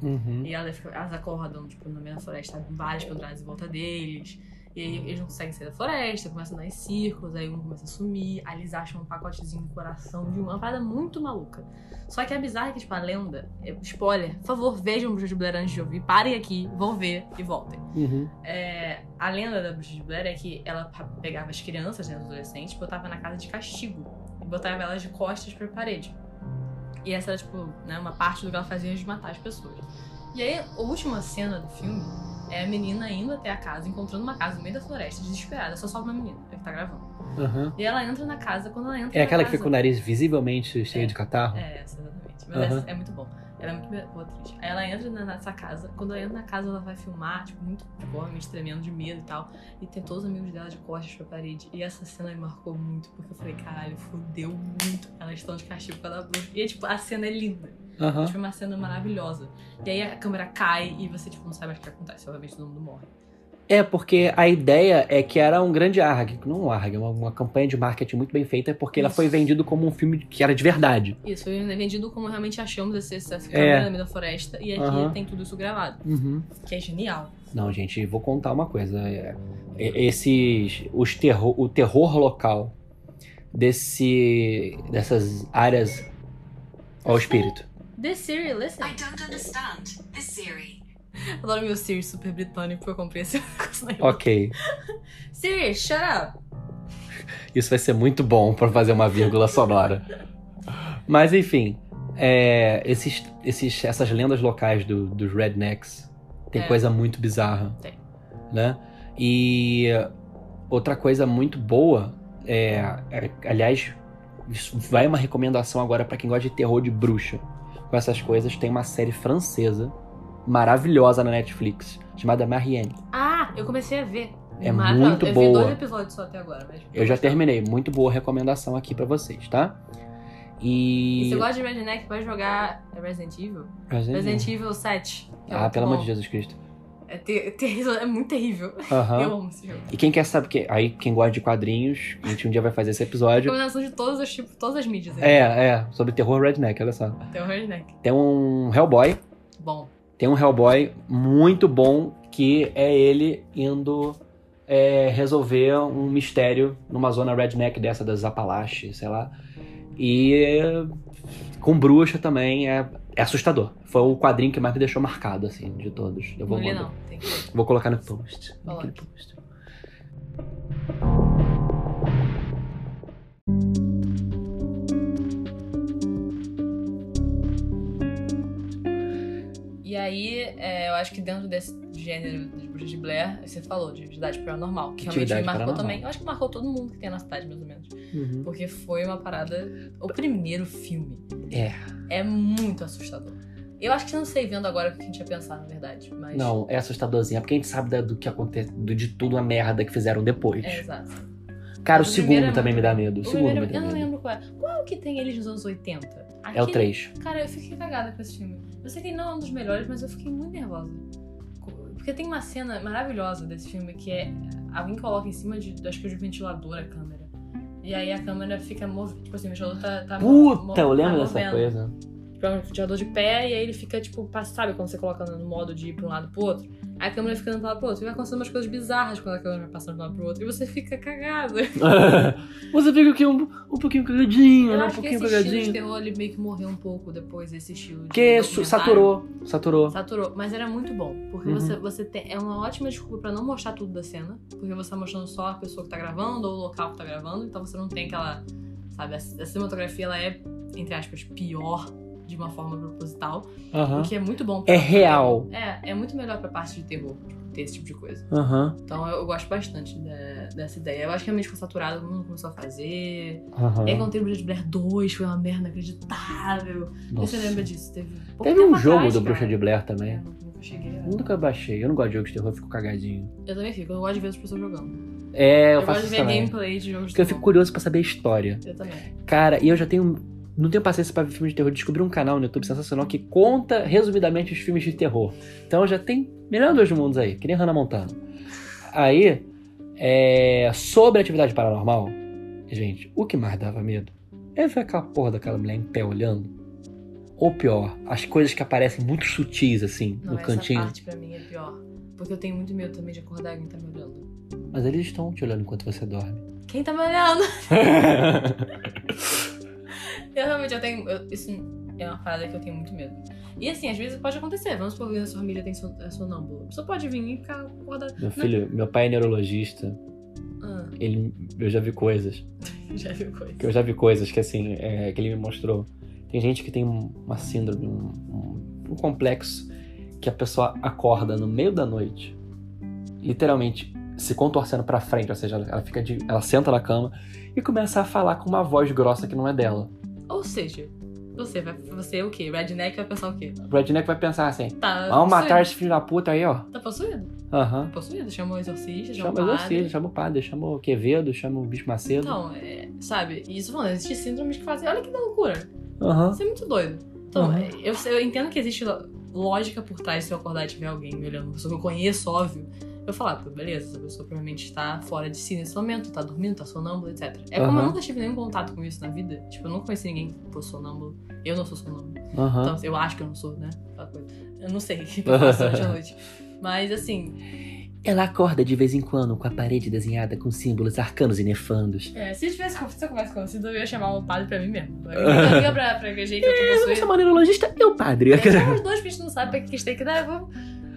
S1: Uhum.
S2: E elas, ficam- elas acordam, tipo, na mesma floresta, com várias penduradas em volta deles. E aí eles não conseguem sair da floresta, começam a dar em círculos, aí um começa a sumir, aí eles acham um pacotezinho no coração de uma uma parada muito maluca. Só que a bizarra é que, tipo, a lenda, é- spoiler, por favor, vejam o Bruxa de Blair antes de ouvir, parem aqui, vão ver e voltem.
S1: Uhum.
S2: É, a lenda da Bruxa de Blair é que ela pa- pegava as crianças, né, os adolescentes, botava na casa de castigo e botava elas de costas pra parede. E essa era, tipo, né, uma parte do que ela fazia antes de matar as pessoas. E aí, a última cena do filme é a menina indo até a casa, encontrando uma casa no meio da floresta, desesperada, só sobra uma menina, é que tá gravando.
S1: Uhum.
S2: E ela entra na casa, quando ela entra
S1: É
S2: na
S1: aquela que
S2: casa-
S1: fica com o nariz visivelmente cheio
S2: É.
S1: de catarro?
S2: é, essa exatamente. Mas
S1: Aham.
S2: essa é muito bom. Ela é muito boa atriz. Aí ela entra na- nessa casa. Quando ela entra na casa, ela vai filmar, tipo, muito, tipo, obviamente tremendo de medo e tal. E tem todos os amigos dela de costas pra parede. E essa cena me marcou muito, porque eu falei, caralho, fudeu muito. Elas estão de castigo pela bruxa. E, tipo, a cena é linda.
S1: Aham.
S2: Tipo, é uma cena maravilhosa. E aí a câmera cai e você, tipo, não sabe mais o que acontece. Obviamente todo mundo morre.
S1: É, porque a ideia é que era um grande ARG, não um ARG, uma, uma campanha de marketing muito bem feita, porque ela
S2: Isso.
S1: foi vendido como um filme que era de verdade.
S2: Isso, foi vendido como realmente achamos esse acesso
S1: É.
S2: câmera no meio da floresta e aqui
S1: Aham.
S2: tem tudo isso gravado.
S1: Uhum.
S2: Que é genial.
S1: Não, gente, vou contar uma coisa. É, e- Esses, os terror, o terror local desse, dessas áreas ao espírito.
S2: The Siri, listen.
S5: I don't understand. This Siri.
S2: Adoro meu Siri super britânico que eu comprei esse negócio.
S1: Ok,
S2: Siri, shut up!
S1: isso vai ser muito bom pra fazer uma vírgula sonora. Mas enfim, é, esses, esses, essas lendas locais do- dos rednecks tem
S2: É.
S1: coisa muito bizarra,
S2: Tem.
S1: né? E outra coisa muito boa é, é- aliás, isso vai uma recomendação agora pra quem gosta de terror de bruxa com essas coisas. Tem uma série francesa maravilhosa na Netflix chamada Marianne.
S2: Ah, eu comecei a ver.
S1: É
S2: Maravilhosa.
S1: muito
S2: eu
S1: boa.
S2: vi dois episódios só até agora. Mas
S1: Eu já
S2: gostei.
S1: terminei. Muito boa recomendação aqui pra vocês, tá?
S2: E
S1: E.
S2: se você gosta de Redneck, vai jogar é Resident Evil?
S1: Resident Evil.
S2: Resident Evil 7. que é
S1: Ah,
S2: muito
S1: pelo
S2: bom.
S1: amor de Jesus Cristo.
S2: É, ter- terrível, é muito terrível.
S1: Aham.
S2: Eu amo esse jogo.
S1: E quem quer saber, que aí quem gosta de quadrinhos, a gente um dia vai fazer esse episódio.
S2: Combinação de todos os tipos, todas as mídias. né?
S1: É, é, sobre terror redneck, olha só.
S2: Tem o Redneck.
S1: Tem um Hellboy,
S2: Bom.
S1: tem um Hellboy muito bom que é ele indo é, resolver um mistério numa zona redneck dessa das Apalaches, sei lá. E é, com bruxa também é, é assustador. Foi o quadrinho que mais me deixou marcado, assim, de todos. Eu vou,
S2: Não li
S1: mandar-
S2: não. Tem que ver.
S1: vou colocar no post.
S2: Coloque.
S1: naquele post.
S2: E aí, é, eu acho que dentro desse gênero de bruxas de Blair, você falou de atividade paranormal, que realmente
S1: Atividade
S2: me marcou
S1: paranormal.
S2: também. Eu acho que marcou todo mundo que tem na cidade, mais ou menos. Porque foi uma parada. O primeiro filme. É. É muito assustador. Eu acho que eu não sei vendo agora o que a gente ia pensar, na verdade. Mas.
S1: Não, é assustadorzinha, porque a gente sabe da- do que aconteceu, de tudo a merda que fizeram depois.
S2: É, exato.
S1: Cara, o,
S2: O primeiro
S1: segundo
S2: é
S1: também me
S2: muito
S1: dá
S2: bom.
S1: medo. O,
S2: O
S1: segundo
S2: primeiro,
S1: me
S2: eu
S1: dá
S2: não
S1: medo.
S2: lembro qual é. Qual é o que tem eles nos anos 80?
S1: É o
S2: Aquele-
S1: 3.
S2: Cara, eu fiquei cagada com esse filme. Eu sei que ele não é um dos melhores, mas eu fiquei muito nervosa. Porque tem uma cena maravilhosa desse filme que é alguém coloca em cima de, acho que de um ventilador a câmera. E aí a câmera fica movida, tipo assim, o ventilador tá. tá mo- mo-
S1: Puta, eu lembro
S2: tá
S1: dessa
S2: movendo.
S1: coisa.
S2: Tipo, é um ventilador de pé e aí ele fica, tipo, passa- sabe quando você coloca no modo de ir pra um lado pro outro? Aí a câmera fica de um lado pro outro. E vai acontecendo umas coisas bizarras quando a câmera vai passando de um lado pro outro. E você fica cagada.
S1: Você fica aqui um, um pouquinho cagadinho,
S2: Eu
S1: né? Um
S2: acho que
S1: pouquinho
S2: esse estilo de
S1: cagadinho.
S2: terror ele meio que morreu um pouco depois desse estilo de
S1: Porque su-
S2: documentário.
S1: saturou, saturou.
S2: Saturou, mas era muito bom, porque
S1: Uhum.
S2: você, você tem, é uma ótima desculpa pra não mostrar tudo da cena, porque você tá mostrando só a pessoa que tá gravando ou o local que tá gravando, então você não tem aquela, sabe, a, a cinematografia ela é, entre aspas, pior de uma forma proposital,
S1: Aham.
S2: o que é muito bom.
S1: É real.
S2: É, é muito melhor pra parte de terror tipo, ter esse tipo de coisa.
S1: Aham.
S2: Então eu, eu gosto bastante da- dessa ideia. Eu acho que realmente ficou saturado, todo mundo começou a fazer. É
S1: Aham.
S2: E aí quando teve Bruxa de Blair 2, foi uma merda inacreditável. E Você
S1: Nossa.
S2: lembra disso? Teve, pouco
S1: Teve um
S2: tempo
S1: jogo
S2: atrás,
S1: do
S2: cara.
S1: Bruxa de Blair né?
S2: É,
S1: também.
S2: nunca cheguei a-
S1: Nunca baixei. Eu não gosto de jogos de terror, eu fico cagadinho.
S2: Eu também fico, eu gosto de ver as pessoas jogando.
S1: É, eu,
S2: gosto
S1: faço
S2: de
S1: isso
S2: ver
S1: também.
S2: gameplay de jogos de
S1: Porque eu fico
S2: terror.
S1: curioso pra saber a história.
S2: Eu também.
S1: Cara, e eu já tenho. Não tenho paciência pra ver filmes de terror. Descobri um canal no YouTube sensacional que conta resumidamente os filmes de terror. Então já tem melhor dos mundos aí, que nem Hannah Montana. Aí, é, sobre atividade paranormal, gente, o que mais dava medo é ver aquela porra daquela mulher em pé olhando. Ou pior, as coisas que aparecem muito sutis assim
S2: Não,
S1: no
S2: essa
S1: cantinho.
S2: parte pra mim é pior. Porque eu tenho muito medo também de acordar e alguém tá me olhando.
S1: Mas eles estão te olhando enquanto você dorme.
S2: Quem tá me olhando? Eu realmente eu tenho. eu- isso é uma parada que eu tenho muito medo. E assim, às vezes pode acontecer. Vamos supor que a sua família tem son- é sonâmbula. A pessoa pode vir e ficar acordada.
S1: meu filho, meu pai é neurologista.
S2: Ah,
S1: Ele, eu já vi coisas.
S2: já viu coisa.
S1: que eu já vi coisas que assim, é, que ele me mostrou. Tem gente que tem um- uma síndrome, um, um- um complexo, que a pessoa acorda no meio da noite, literalmente se contorcendo pra frente, ou seja, ela, ela fica de, ela senta na cama e começa a falar com uma voz grossa que não é dela.
S2: Ou seja, você vai. Você é o quê? Redneck vai pensar o quê?
S1: O Redneck vai pensar assim:
S2: Tá.
S1: vamos matar
S2: possuído.
S1: esse filho da puta aí, ó.
S2: Tá possuído?
S1: Aham.
S2: Tá possuído? Chama o exorcista, chama,
S1: Chama o
S2: o
S1: exorcista,
S2: padre.
S1: chama o padre, chama o Quevedo, chama o bicho Macedo.
S2: Então, é, sabe, isso falando, existem síndromes que fazem. Olha que loucura.
S1: Aham.
S2: Isso é muito doido. Então,
S1: Uhum.
S2: é, eu, eu entendo que existe lo- lógica por trás se eu acordar e tiver alguém me olhando, uma pessoa que eu conheço, óbvio. Eu falava, pô, beleza, essa pessoa provavelmente está fora de si nesse momento, tá dormindo, tá sonâmbulo, etc. É como eu
S1: Aham.
S2: nunca tive nenhum contato com isso na vida. Tipo, eu nunca conheci ninguém que fosse sonâmbulo. Eu não sou sonâmbulo.
S1: Aham.
S2: Então, eu acho que eu não sou, né? Aquela coisa. Eu não sei o que eu faço durante a noite. Mas, assim,
S1: Ela acorda de vez em quando com a parede desenhada com símbolos arcanos e nefandos.
S2: é, se tivesse conf- se eu conversa com você, eu ia chamar um padre pra mim mesmo. Eu ia pra, pra igreja que eu tô
S1: Você é
S2: possuindo.
S1: maneirologista e o padre.
S2: É, só os dois bichos não sabem pra que que a gente tem que dar. Vamos...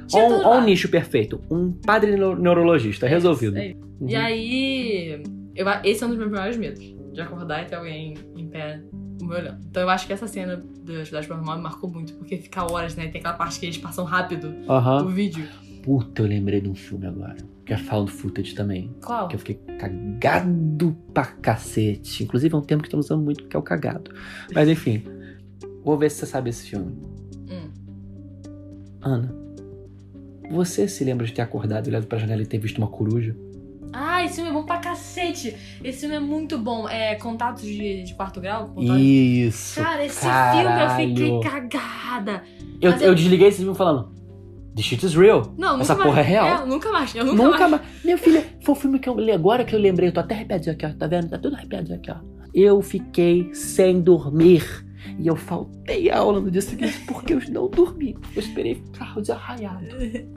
S2: Tira tudo
S1: Olha
S2: lá.
S1: o nicho perfeito. Um padre neuro- neurologista.
S2: É
S1: Resolvido. Uhum.
S2: isso, é isso. E aí, eu, a- esse é um dos meus maiores medos. De acordar e ter alguém em pé me olhando. Então eu acho que essa cena do Atividade Paranormal me marcou muito, porque fica horas, né? Tem aquela parte que eles passam rápido
S1: Uhum. Aham.
S2: o vídeo.
S1: Puta, eu lembrei de um filme agora. Que é found footage também.
S2: Qual?
S1: Que eu fiquei cagado pra cacete. Inclusive é um termo que estão usando muito, que é o cagado. Mas enfim. Vou ver se você sabe esse filme.
S2: Hum.
S1: Ana. Você se lembra de ter acordado, olhado pra janela e ter visto uma coruja?
S2: Ah, esse filme é bom pra cacete! Esse filme é muito bom. É Contatos de, de Quarto Grau? Contatos-
S1: Isso.
S2: Cara, esse
S1: caralho.
S2: filme eu fiquei cagada.
S1: Eu,
S2: Mas
S1: eu
S2: é-
S1: desliguei esse filme falando. The shit is real.
S2: Não, nunca
S1: Essa
S2: mais.
S1: porra é real.
S2: É, nunca mais. Eu nunca,
S1: Nunca,
S2: mais.
S1: mais. Minha filha, foi o filme que eu li agora que eu lembrei. Eu tô até arrepiadinho aqui, ó. Tá vendo? Tá tudo arrepiadinho aqui, ó. Eu fiquei sem dormir. E eu faltei a aula no dia seguinte porque eu não dormi. Eu esperei carro desarraiado.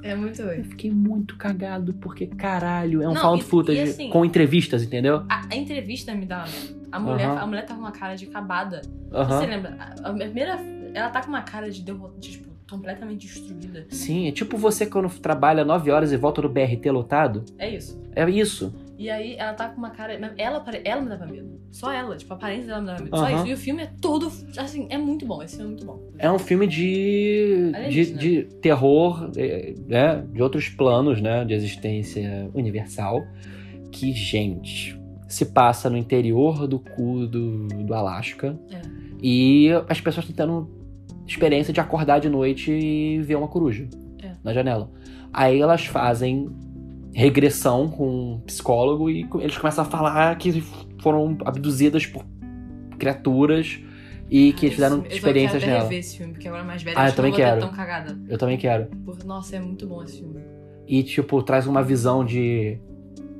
S2: É muito
S1: Eu
S2: ruim.
S1: fiquei muito cagado porque, caralho, é um
S2: Não,
S1: found
S2: e-
S1: footage
S2: e assim-
S1: com entrevistas, entendeu?
S2: A, a entrevista me dava medo. A mulher,
S1: Aham.
S2: a mulher tá com uma cara de acabada.
S1: Aham.
S2: Você lembra? A, a primeira. Ela tá com uma cara de derrotada, tipo, completamente destruída.
S1: Sim, é tipo você quando trabalha 9 horas e volta no BRT lotado.
S2: É isso.
S1: É isso.
S2: E aí ela tá com uma cara. mas Ela, pare- ela me dava medo. Só ela, tipo, a aparência dela me dava medo. Só
S1: Aham.
S2: isso. E o filme é todo. Assim, é muito bom. Esse filme é muito bom.
S1: É um filme de, de,
S2: Alienígena.
S1: de terror, eh, né? De outros planos, né? De existência universal. Que, gente, se passa no interior do cu do, do Alasca.
S2: É.
S1: E as pessoas tentando experiência de acordar de noite e ver uma coruja
S2: É.
S1: na janela. Aí elas fazem regressão com um psicólogo e co- eles começam a falar que foram abduzidas por criaturas e que eles fizeram
S2: Esse-
S1: experiências
S2: eu quero até
S1: nela.
S2: rever esse filme, porque agora mais velha
S1: Ah, eu
S2: acho que eu
S1: também
S2: não vou ter
S1: quero.
S2: tão cagada.
S1: Eu também quero.
S2: Porque, nossa, é muito bom esse filme.
S1: E, tipo, traz uma visão de.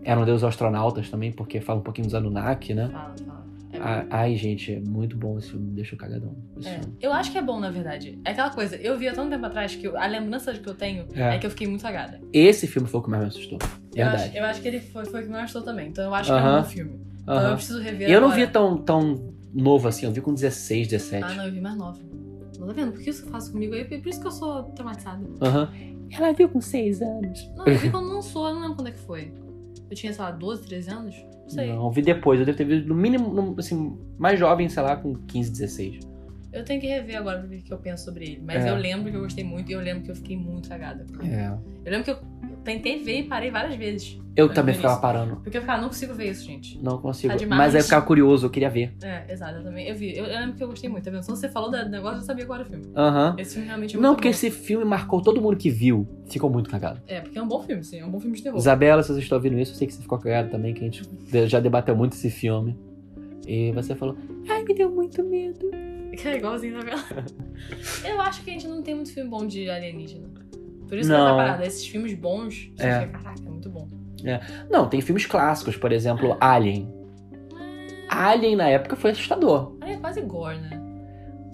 S1: Eram deus astronautas também, porque fala um pouquinho dos Anunnaki, né?
S2: Fala, fala. É bom.
S1: Ah, Ai, gente, é muito bom esse filme. Deixa o cagadão. Esse
S2: É.
S1: filme.
S2: Eu acho que é bom, na verdade. É aquela coisa, eu vi há tanto tempo atrás que eu- a lembrança que eu tenho é,
S1: É.
S2: que eu fiquei muito cagada.
S1: Esse filme foi o que mais me assustou.
S2: Eu acho,
S1: Verdade.
S2: eu acho que ele foi, foi o que me assustou também. Então eu acho que é um
S1: Aham.
S2: bom filme. Então eu
S1: Aham.
S2: preciso rever
S1: Eu não
S2: agora.
S1: vi tão, tão novo assim, eu vi com 16, 17.
S2: Ah, não, eu vi mais nova. Não tá vendo? Por que isso que eu faço comigo? É por isso que eu sou traumatizada.
S1: Aham. Ela viu com 6 anos.
S2: Não, eu vi quando lançou, eu não lembro quando é que foi. Eu tinha, sei lá, 12, 13 anos? Não sei.
S1: Não, eu vi depois. Eu devo ter visto no mínimo, no- assim, mais jovem, sei lá, com 15, 16.
S2: Eu tenho que rever agora pra ver o que eu penso sobre ele. Mas
S1: É.
S2: eu lembro que eu gostei muito e eu lembro que eu fiquei muito cagada.
S1: É.
S2: Eu lembro que eu tentei ver e parei várias vezes.
S1: Eu
S2: Foi
S1: também
S2: por
S1: ficava
S2: isso.
S1: parando.
S2: Porque eu ficava, não consigo ver isso, gente.
S1: Não consigo.
S2: Tá demais.
S1: Mas aí eu ficava curioso, eu queria ver.
S2: É, exato, eu também. Eu vi, eu, eu lembro que eu gostei muito, tá vendo? Só você falou do negócio, eu sabia qual era o filme.
S1: Aham.
S2: Esse filme realmente é muito
S1: Não, porque
S2: bom.
S1: esse filme marcou todo mundo que viu. Ficou muito cagado.
S2: É, porque é um bom filme, sim. É um bom filme de terror.
S1: Isabela, se você está ouvindo isso, eu sei que você ficou cagado também, que a gente de- já debateu muito esse filme. E você falou, ai, me deu muito medo.
S2: Que é igualzinho da Bela. Eu acho que a gente não tem muito filme bom de alienígena. Por isso que
S1: Não.
S2: essa parada, esses filmes bons, você
S1: É.
S2: fica, caraca, é muito bom.
S1: Não, tem filmes clássicos, por exemplo, Alien. Alien, na época, foi assustador.
S2: Aí é quase gore, né?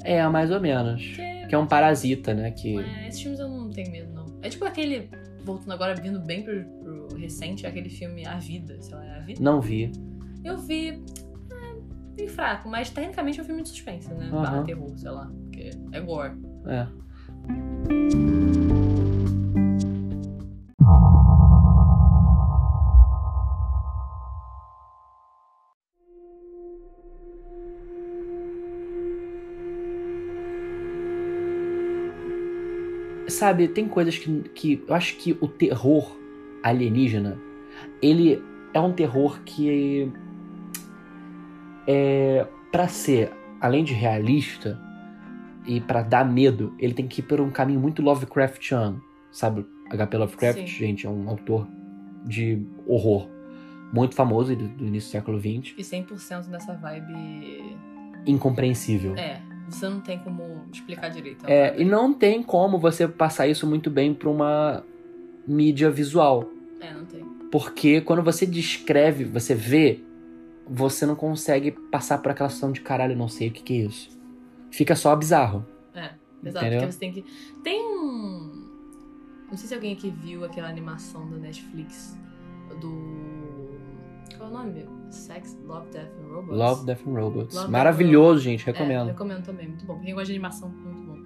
S1: É, mais ou menos.
S2: Porque
S1: Que é um parasita, né? Que.
S2: é, esses filmes eu não tenho medo, não. É tipo aquele, voltando agora, vindo bem pro, pro recente, é aquele filme A Vida, sei lá, é A Vida?
S1: Não vi.
S2: Eu vi. É, bem fraco, mas tecnicamente é um filme de suspense, né?
S1: Aham.
S2: Barra terror, sei lá. Porque é gore.
S1: É. Sabe, tem coisas que, que eu acho que o terror alienígena, ele é um terror que é para ser além de realista, e pra dar medo, ele tem que ir por um caminho muito Lovecraftiano. Sabe, H.P. Lovecraft,
S2: Sim.
S1: gente, é um autor de horror muito famoso do, do início do século XX,
S2: E 100% nessa vibe.
S1: incompreensível.
S2: É, você não tem como explicar direito. né?
S1: É, e não tem como você passar isso muito bem pra uma mídia visual.
S2: É, não tem.
S1: Porque quando você descreve, você vê, você não consegue passar por aquela situação de caralho, eu não sei o que, que é isso. Fica só bizarro.
S2: É, Exato,
S1: Entendeu?
S2: porque você tem que. Tem um. Não sei se alguém aqui viu aquela animação da Netflix do. Qual é o nome? Sex, Love, Death and Robots.
S1: Love, Death and Robots.
S2: Love, Death and
S1: Maravilhoso, gente,
S2: É,
S1: recomendo.
S2: recomendo também, muito bom. Quem gosta de animação, muito bom.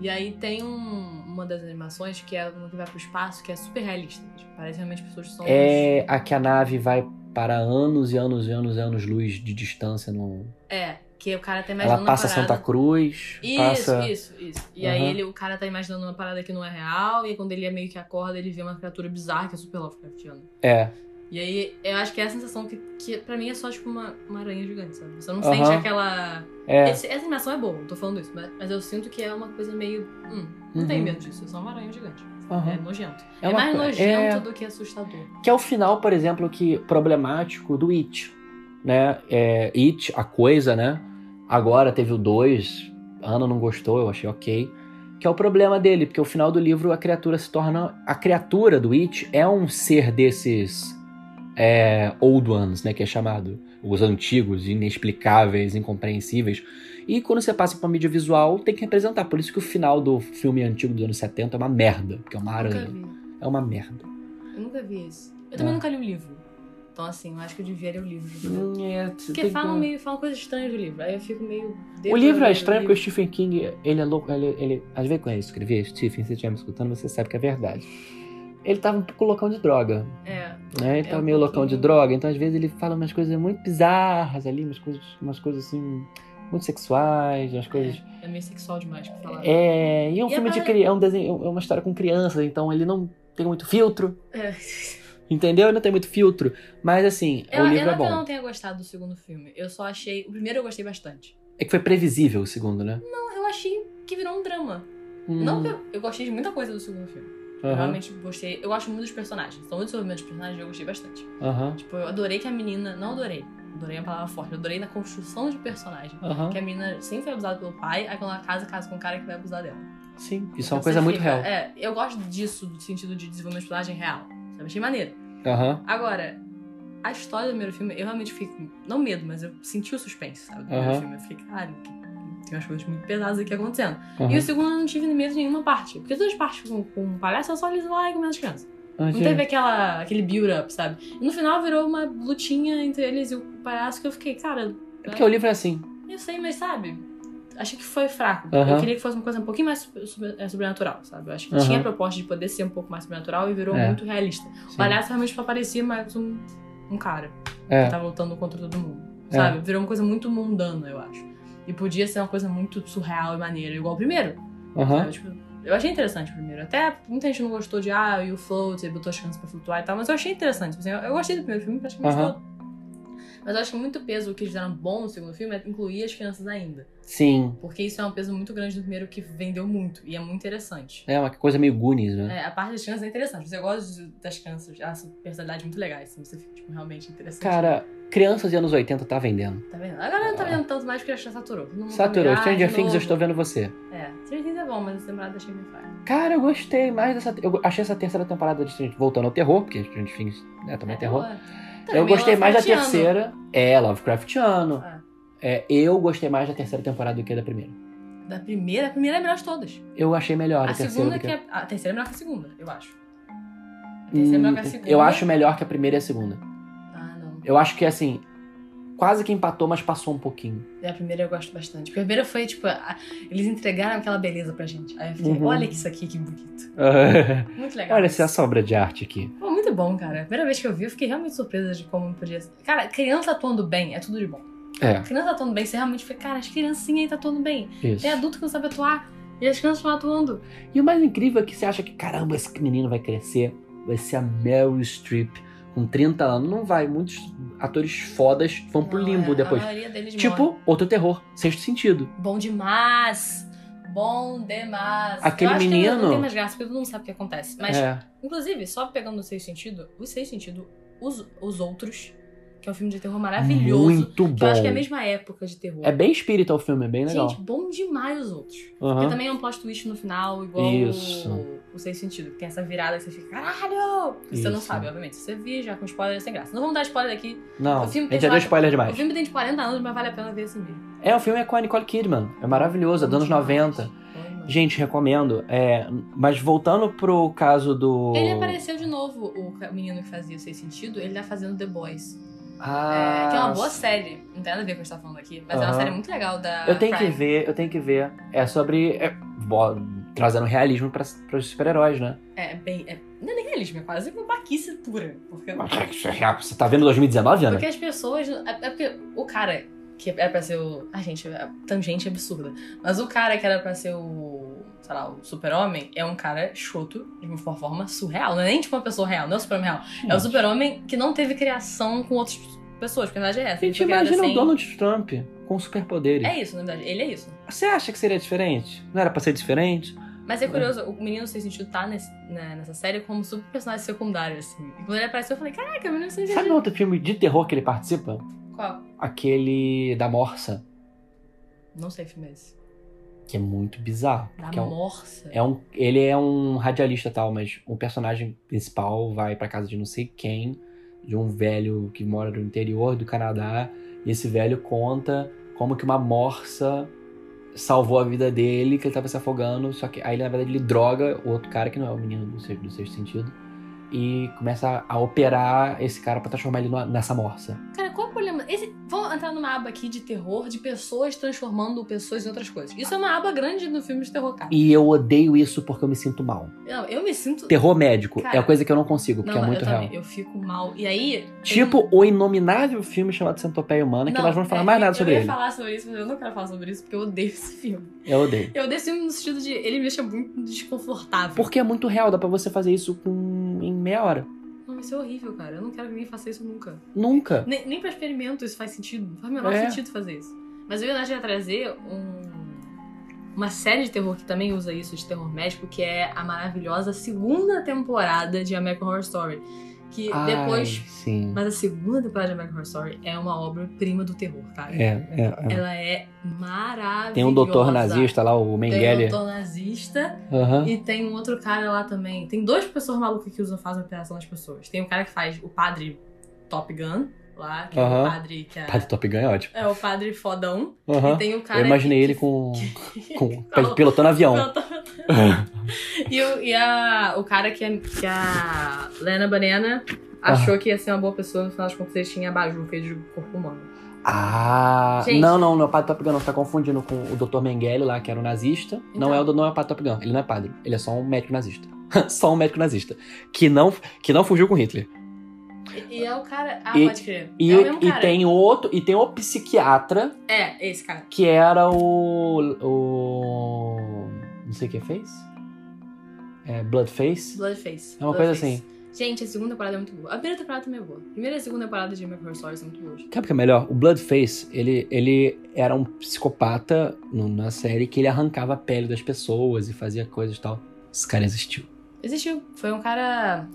S2: E aí tem um- uma das animações que é uma que vai pro espaço, que é super realista. Tipo, parece realmente pessoas que são.
S1: É a que a nave vai para anos e anos e anos e anos luz de distância. No...
S2: É, que o cara tá imaginando
S1: Ela passa
S2: uma parada.
S1: Santa Cruz,
S2: Isso,
S1: passa.
S2: isso, isso. E aí
S1: Aham.
S2: ele, o cara tá imaginando uma parada que não é real, e quando ele meio que acorda, ele vê uma criatura bizarra que é super Lovecraftiana.
S1: É,
S2: E aí, eu acho que é a sensação que, que pra mim é só tipo uma, uma aranha gigante, sabe? Você não
S1: Aham.
S2: sente aquela.
S1: é.
S2: Esse- essa animação é boa, não tô falando isso, mas, mas eu sinto que é uma coisa meio. Hum, não tem
S1: Uhum.
S2: medo disso, é só uma aranha gigante.
S1: Aham.
S2: É nojento.
S1: É
S2: É,
S1: uma
S2: mais
S1: co-
S2: nojento
S1: é-
S2: do que assustador.
S1: Que é o final, por exemplo, que problemático do It. Né? É, It, a coisa, né? Agora teve o 2. Ana não gostou, eu achei ok. Que é o problema dele, porque o final do livro a criatura se torna. A criatura do It é um ser desses é, Old Ones, né? Que é chamado. Os antigos, inexplicáveis, incompreensíveis. E quando você passa pra mídia visual, tem que representar. Por isso que o final do filme antigo dos anos 70 é uma merda, porque é uma
S2: Nunca
S1: aranha.
S2: vi.
S1: É uma merda.
S2: Eu nunca vi isso. Eu também
S1: É.
S2: nunca li o livro. Então, assim, eu acho que eu devia ler o livro.
S1: Hum, é, você
S2: Porque
S1: tem que-
S2: falam meio, falam coisas estranhas do livro. Aí eu fico meio.
S1: O livro é estranho porque
S2: porque
S1: o Stephen King, ele é louco, ele, ele às vezes quando ele escrevia, Stephen, se você estiver me escutando, você sabe que é verdade. Ele tava um pouco loucão de droga,
S2: É,
S1: né? Ele
S2: É
S1: tava
S2: um
S1: meio loucão de
S2: pouquinho.
S1: droga, então às vezes ele fala umas coisas muito bizarras ali, umas coisas, umas coisas assim, muito sexuais, umas coisas...
S2: é meio sexual demais pra falar.
S1: É, e é um
S2: E a
S1: filme de
S2: parada-
S1: criança, é um desenho, é uma história com crianças, então ele não tem muito filtro,
S2: É.
S1: entendeu? Ele não tem muito filtro, mas assim,
S2: Eu,
S1: o
S2: eu
S1: livro
S2: não
S1: é
S2: que eu não
S1: bom.
S2: tenha gostado do segundo filme. Eu só achei. O primeiro eu gostei bastante.
S1: É que foi previsível o segundo, né?
S2: Não, eu achei que virou um drama. Não que eu, eu gostei de muita coisa do segundo filme.
S1: Hum,
S2: Eu realmente gostei. Eu gosto muito dos personagens. Então, o desenvolvimento dos personagens eu gostei bastante.
S1: aham,
S2: Tipo, eu adorei que a menina. Não adorei. Adorei é uma palavra forte. Eu adorei na construção de personagem.
S1: aham.
S2: Que a menina sempre foi abusada pelo pai, aí quando ela casa, casa com um cara que vai abusar dela.
S1: Sim, isso é
S2: Então,
S1: uma coisa
S2: você
S1: muito
S2: fica-
S1: real.
S2: É, eu gosto disso, do sentido de desenvolvimento de personagem real. Sabe? Achei maneiro.
S1: Aham,
S2: Agora, a história do primeiro filme, eu realmente fiquei. com- Não medo, mas eu senti o suspense, sabe? Do primeiro
S1: Aham.
S2: filme. Eu fiquei, caralho, que- tem umas coisas muito pesadas aqui acontecendo.
S1: aham.
S2: E o segundo eu não tive medo de nenhuma parte. Porque todas as partes com, com palhaço, eu só eles lá e comendo as crianças.
S1: Ah,
S2: Não
S1: gente.
S2: teve aquela, aquele build-up, sabe? E no final virou uma lutinha entre eles e o palhaço que eu fiquei, cara,
S1: É porque o livro é assim.
S2: eu sei, mas sabe? Achei que foi fraco.
S1: Aham.
S2: Eu queria que fosse uma coisa um pouquinho mais sub- sub- é, sobrenatural, sabe? Eu acho que
S1: Aham.
S2: tinha a proposta de poder ser um pouco mais sobrenatural e virou
S1: É.
S2: muito realista.
S1: Sim.
S2: O palhaço realmente só parecia mais um, um cara
S1: É.
S2: que tava lutando contra todo mundo.
S1: É.
S2: Sabe? Virou uma coisa muito mundana, eu acho. E podia ser uma coisa muito surreal e maneira, igual o primeiro.
S1: Aham.
S2: sabe? Tipo, eu achei interessante o primeiro. Até muita gente não gostou de, ah, e o float, ele botou as chances pra flutuar e tal, mas eu achei interessante. Tipo assim, eu, eu gostei do primeiro filme praticamente
S1: Aham.
S2: todo. Mas eu acho que muito peso o que eles deram bom no segundo filme é incluir as crianças ainda.
S1: Sim.
S2: Porque isso é um peso muito grande do primeiro que vendeu muito e é muito interessante.
S1: É uma coisa meio Goonies, né?
S2: É, a parte das crianças é interessante. Você gosta de- das crianças, elas são personalidades muito legais, assim, você fica tipo, realmente interessante.
S1: Cara, crianças de anos 80 tá vendendo.
S2: Tá vendo? Agora não tá vendo tanto mais porque a gente saturou. Todo mundo
S1: Saturou.
S2: também, ah,
S1: Stranger
S2: de
S1: Things, eu
S2: novo.
S1: estou vendo É você.
S2: É, Stranger Things é bom, mas essa temporada achei meio fraca.
S1: Cara, eu gostei mais dessa. Eu achei essa terceira temporada de Stranger Voltando ao terror, porque Stranger Things né, também é terror. Eu gostei mais da terceira. É, Lovecraftiano.
S2: Ah.
S1: É, eu gostei mais da terceira temporada do que da primeira.
S2: Da primeira, a primeira é a melhor de todas.
S1: Eu achei melhor a,
S2: A
S1: terceira
S2: segunda
S1: do que
S2: que é. A terceira é melhor que a segunda, eu acho. A terceira é melhor que a
S1: Hum,
S2: segunda.
S1: Eu acho melhor que a primeira e a segunda.
S2: Ah, não.
S1: Eu acho que assim, quase que empatou, mas passou um pouquinho.
S2: É, a primeira eu gosto bastante. Porque a primeira foi, tipo, a- eles entregaram aquela beleza pra gente. Aí eu fiquei,
S1: Uhum.
S2: olha isso aqui, que bonito. Muito legal.
S1: Olha essa é sobra de arte aqui.
S2: Pô, muito bom, cara. A primeira vez que eu vi, eu fiquei realmente surpresa de como podia ser. Cara, criança atuando bem é tudo de bom.
S1: É,
S2: Criança atuando bem, você realmente fica, cara, as criancinhas aí tá atuando bem.
S1: isso.
S2: Tem adulto que não sabe atuar. E as crianças estão atuando.
S1: E o mais incrível é que você acha que, caramba, esse menino vai crescer, vai ser a Meryl Streep com 30 anos. Não vai, muitos atores fodas vão pro
S2: Não,
S1: limbo
S2: é,
S1: depois.
S2: A maioria deles morre.
S1: Tipo, outro terror, sexto sentido.
S2: Bom demais! Bom demais!
S1: Aquele
S2: eu acho Que não-
S1: menino-
S2: não tem mais graça, porque todo mundo sabe o que acontece. Mas
S1: é.
S2: Inclusive, só pegando o Seis Sentido, o Seis Sentido, os, os outros, que é um filme de terror maravilhoso.
S1: Muito bom.
S2: Que eu acho que é a mesma época de terror.
S1: É bem espírita o filme, é bem legal.
S2: Gente, bom demais os outros.
S1: Aham.
S2: Porque também é um plot twist no final, igual
S1: Isso.
S2: o, o Sem Sentido. que Tem essa virada que você fica, caralho! Que Você não
S1: Isso.
S2: sabe, obviamente. Se você vir já com spoiler, é sem graça. Não vamos dar spoiler aqui.
S1: Não,
S2: o filme
S1: a gente já deu
S2: tem
S1: spoiler
S2: O
S1: demais.
S2: filme tem de 40 anos, mas vale a pena ver assim mesmo.
S1: É, o filme é com a Nicole Kidman. É maravilhoso, é dos anos 90. Gente, recomendo. É, mas voltando pro caso do.
S2: Ele apareceu de novo, o ca- menino que fazia o Sem Sentido, ele tá fazendo The Boys.
S1: Ah,
S2: É, que é uma boa série. Não tem nada a ver com o que a gente tá falando aqui, mas é uma
S1: Aham.
S2: série muito legal da.
S1: Eu tenho
S2: Prime.
S1: que ver, eu tenho que ver. É sobre. é, bo- trazendo realismo pra, pros super-heróis, né?
S2: É bem. É, não é nem realismo, é quase uma baquice pura. Porque,
S1: Você tá vendo 2019, Ana?
S2: porque as pessoas. É, é porque o cara que era pra ser o. A gente, é tangente absurda. Mas o cara que era pra ser o. Sei lá, o super-homem é um cara choto de uma forma surreal. Não é nem tipo uma pessoa real, não é o super-homem real. É
S1: Hum.
S2: o super-homem que não teve criação com outras pessoas, porque na verdade é essa. ele
S1: Gente,
S2: foi criado
S1: imagina
S2: sem-
S1: o Donald Trump com superpoderes.
S2: É isso, na verdade. Ele é isso.
S1: Você acha que seria diferente? Não era pra ser diferente?
S2: Mas é
S1: Tá
S2: curioso, o menino sem sentido tá nesse- né, nessa série como super personagem secundário, assim. E quando ele apareceu, eu falei, caraca, o menino sem sentido.
S1: Sabe outro filme de terror que ele participa?
S2: é Qual?
S1: Aquele da Morsa,
S2: Não sei que filme é esse.
S1: que é muito bizarro.
S2: Da
S1: porque é um-
S2: morsa.
S1: É um, ele é um radialista e tal, mas o personagem principal vai pra casa de não sei quem, de um velho que mora no interior do Canadá, e esse velho conta como que uma morsa salvou a vida dele, que ele tava se afogando, só que aí na verdade ele droga o outro cara, que não é o menino do sexto, do sexto sentido, e começa a operar esse cara pra transformar ele numa- nessa morsa.
S2: Cara, qual é o problema? Esse... Vamos entrar numa aba aqui de terror, de pessoas transformando pessoas em outras coisas. Isso é uma aba grande no filme de terror, cara.
S1: E eu odeio isso porque eu me sinto mal.
S2: Não, eu me sinto...
S1: Terror médico é
S2: Cara,
S1: a coisa que eu não consigo,
S2: Não,
S1: porque é
S2: não,
S1: muito
S2: eu
S1: real.
S2: também. Eu fico mal. E aí... tem-
S1: Tipo o inominável filme chamado Centopeia Humana, que
S2: É. Não,
S1: nós vamos falar
S2: é,
S1: mais nada sobre
S2: Eu
S1: ele.
S2: ia falar sobre isso, mas eu não quero falar sobre isso, porque eu odeio esse filme.
S1: Eu odeio.
S2: Eu odeio esse filme no sentido de... Ele me deixa muito desconfortável.
S1: Porque é muito real, dá pra você fazer isso com- em meia hora.
S2: Não, isso é horrível, cara. Eu não quero que ninguém faça isso nunca.
S1: Nunca.
S2: Nem, nem pra experimento isso faz sentido. Não faz o menor
S1: É.
S2: sentido fazer isso. Mas eu e a Nath ia trazer um- uma série de terror que também usa isso, de terror médico, que é a maravilhosa segunda temporada de American Horror Story. Que
S1: Ai,
S2: depois...
S1: Sim.
S2: Mas a segunda temporada de American Horror Story é uma obra-prima do terror, cara.
S1: É, é, é.
S2: Ela é maravilhosa.
S1: Tem um doutor nazista lá, o
S2: Tem um
S1: Mengele.
S2: doutor nazista.
S1: Aham.
S2: E tem um outro cara lá também. Tem duas pessoas malucas que usam, fazem operação nas pessoas. Tem um cara que faz o padre Top Gun, lá, que é o
S1: Aham.
S2: padre que é.
S1: Pai do Top Gun é ótimo.
S2: É o padre fodão.
S1: Aham.
S2: E tem o cara.
S1: Eu imaginei
S2: que-
S1: ele com,
S2: que-
S1: com
S2: Falou.
S1: pilotando avião.
S2: Pronto. e o, e a, o cara que, a- que a Lena Banana achou que ia ser uma boa pessoa, no final das contas ele tinha abajur feito de corpo humano.
S1: Ah,
S2: Gente.
S1: não, não, não é o Padre Top Gun, não. Você tá confundindo com o Dr. Mengele lá, que era o nazista.
S2: Então.
S1: Não é o não é o Padre Top Gun, ele não é padre. Ele é só um médico nazista. só um médico nazista. Que não, que não fugiu com Hitler.
S2: E, e é o cara. Ah,
S1: E-
S2: pode crer.
S1: E,
S2: é o mesmo
S1: e
S2: cara.
S1: tem outro, e tem o psiquiatra,
S2: É, esse cara.
S1: que era o. o. Não sei o que fez? É, Bloodface?
S2: Bloodface.
S1: É uma coisa
S2: Bloodface.
S1: assim.
S2: Gente, a segunda temporada é muito boa. A primeira temporada também é boa. A primeira e a segunda temporada de American Horror Story são muito boas.
S1: Sabe o que é melhor? O Bloodface, ele, ele era um psicopata no- na série que ele arrancava a pele das pessoas e fazia coisas e tal. Esse cara existiu.
S2: Existiu. Foi um cara.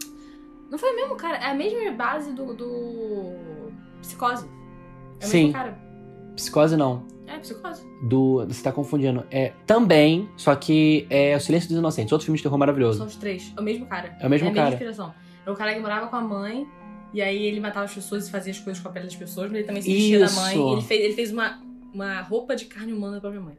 S2: Não foi o mesmo cara. É a mesma base do. do... Psicose. É o
S1: Sim.
S2: mesmo cara.
S1: Psicose não.
S2: É, psicose.
S1: Do. Você tá confundindo. É também, só que é O Silêncio dos Inocentes, outro filme de terror
S2: São
S1: maravilhoso.
S2: os três. É o mesmo cara.
S1: É o mesmo
S2: a
S1: cara.
S2: mesma inspiração. É o cara que morava com a mãe. E aí ele matava as pessoas e fazia as coisas com a pele das pessoas, mas ele também se vestia da mãe.
S1: Isso.
S2: E ele fez, ele fez uma, uma roupa de carne humana pra minha mãe.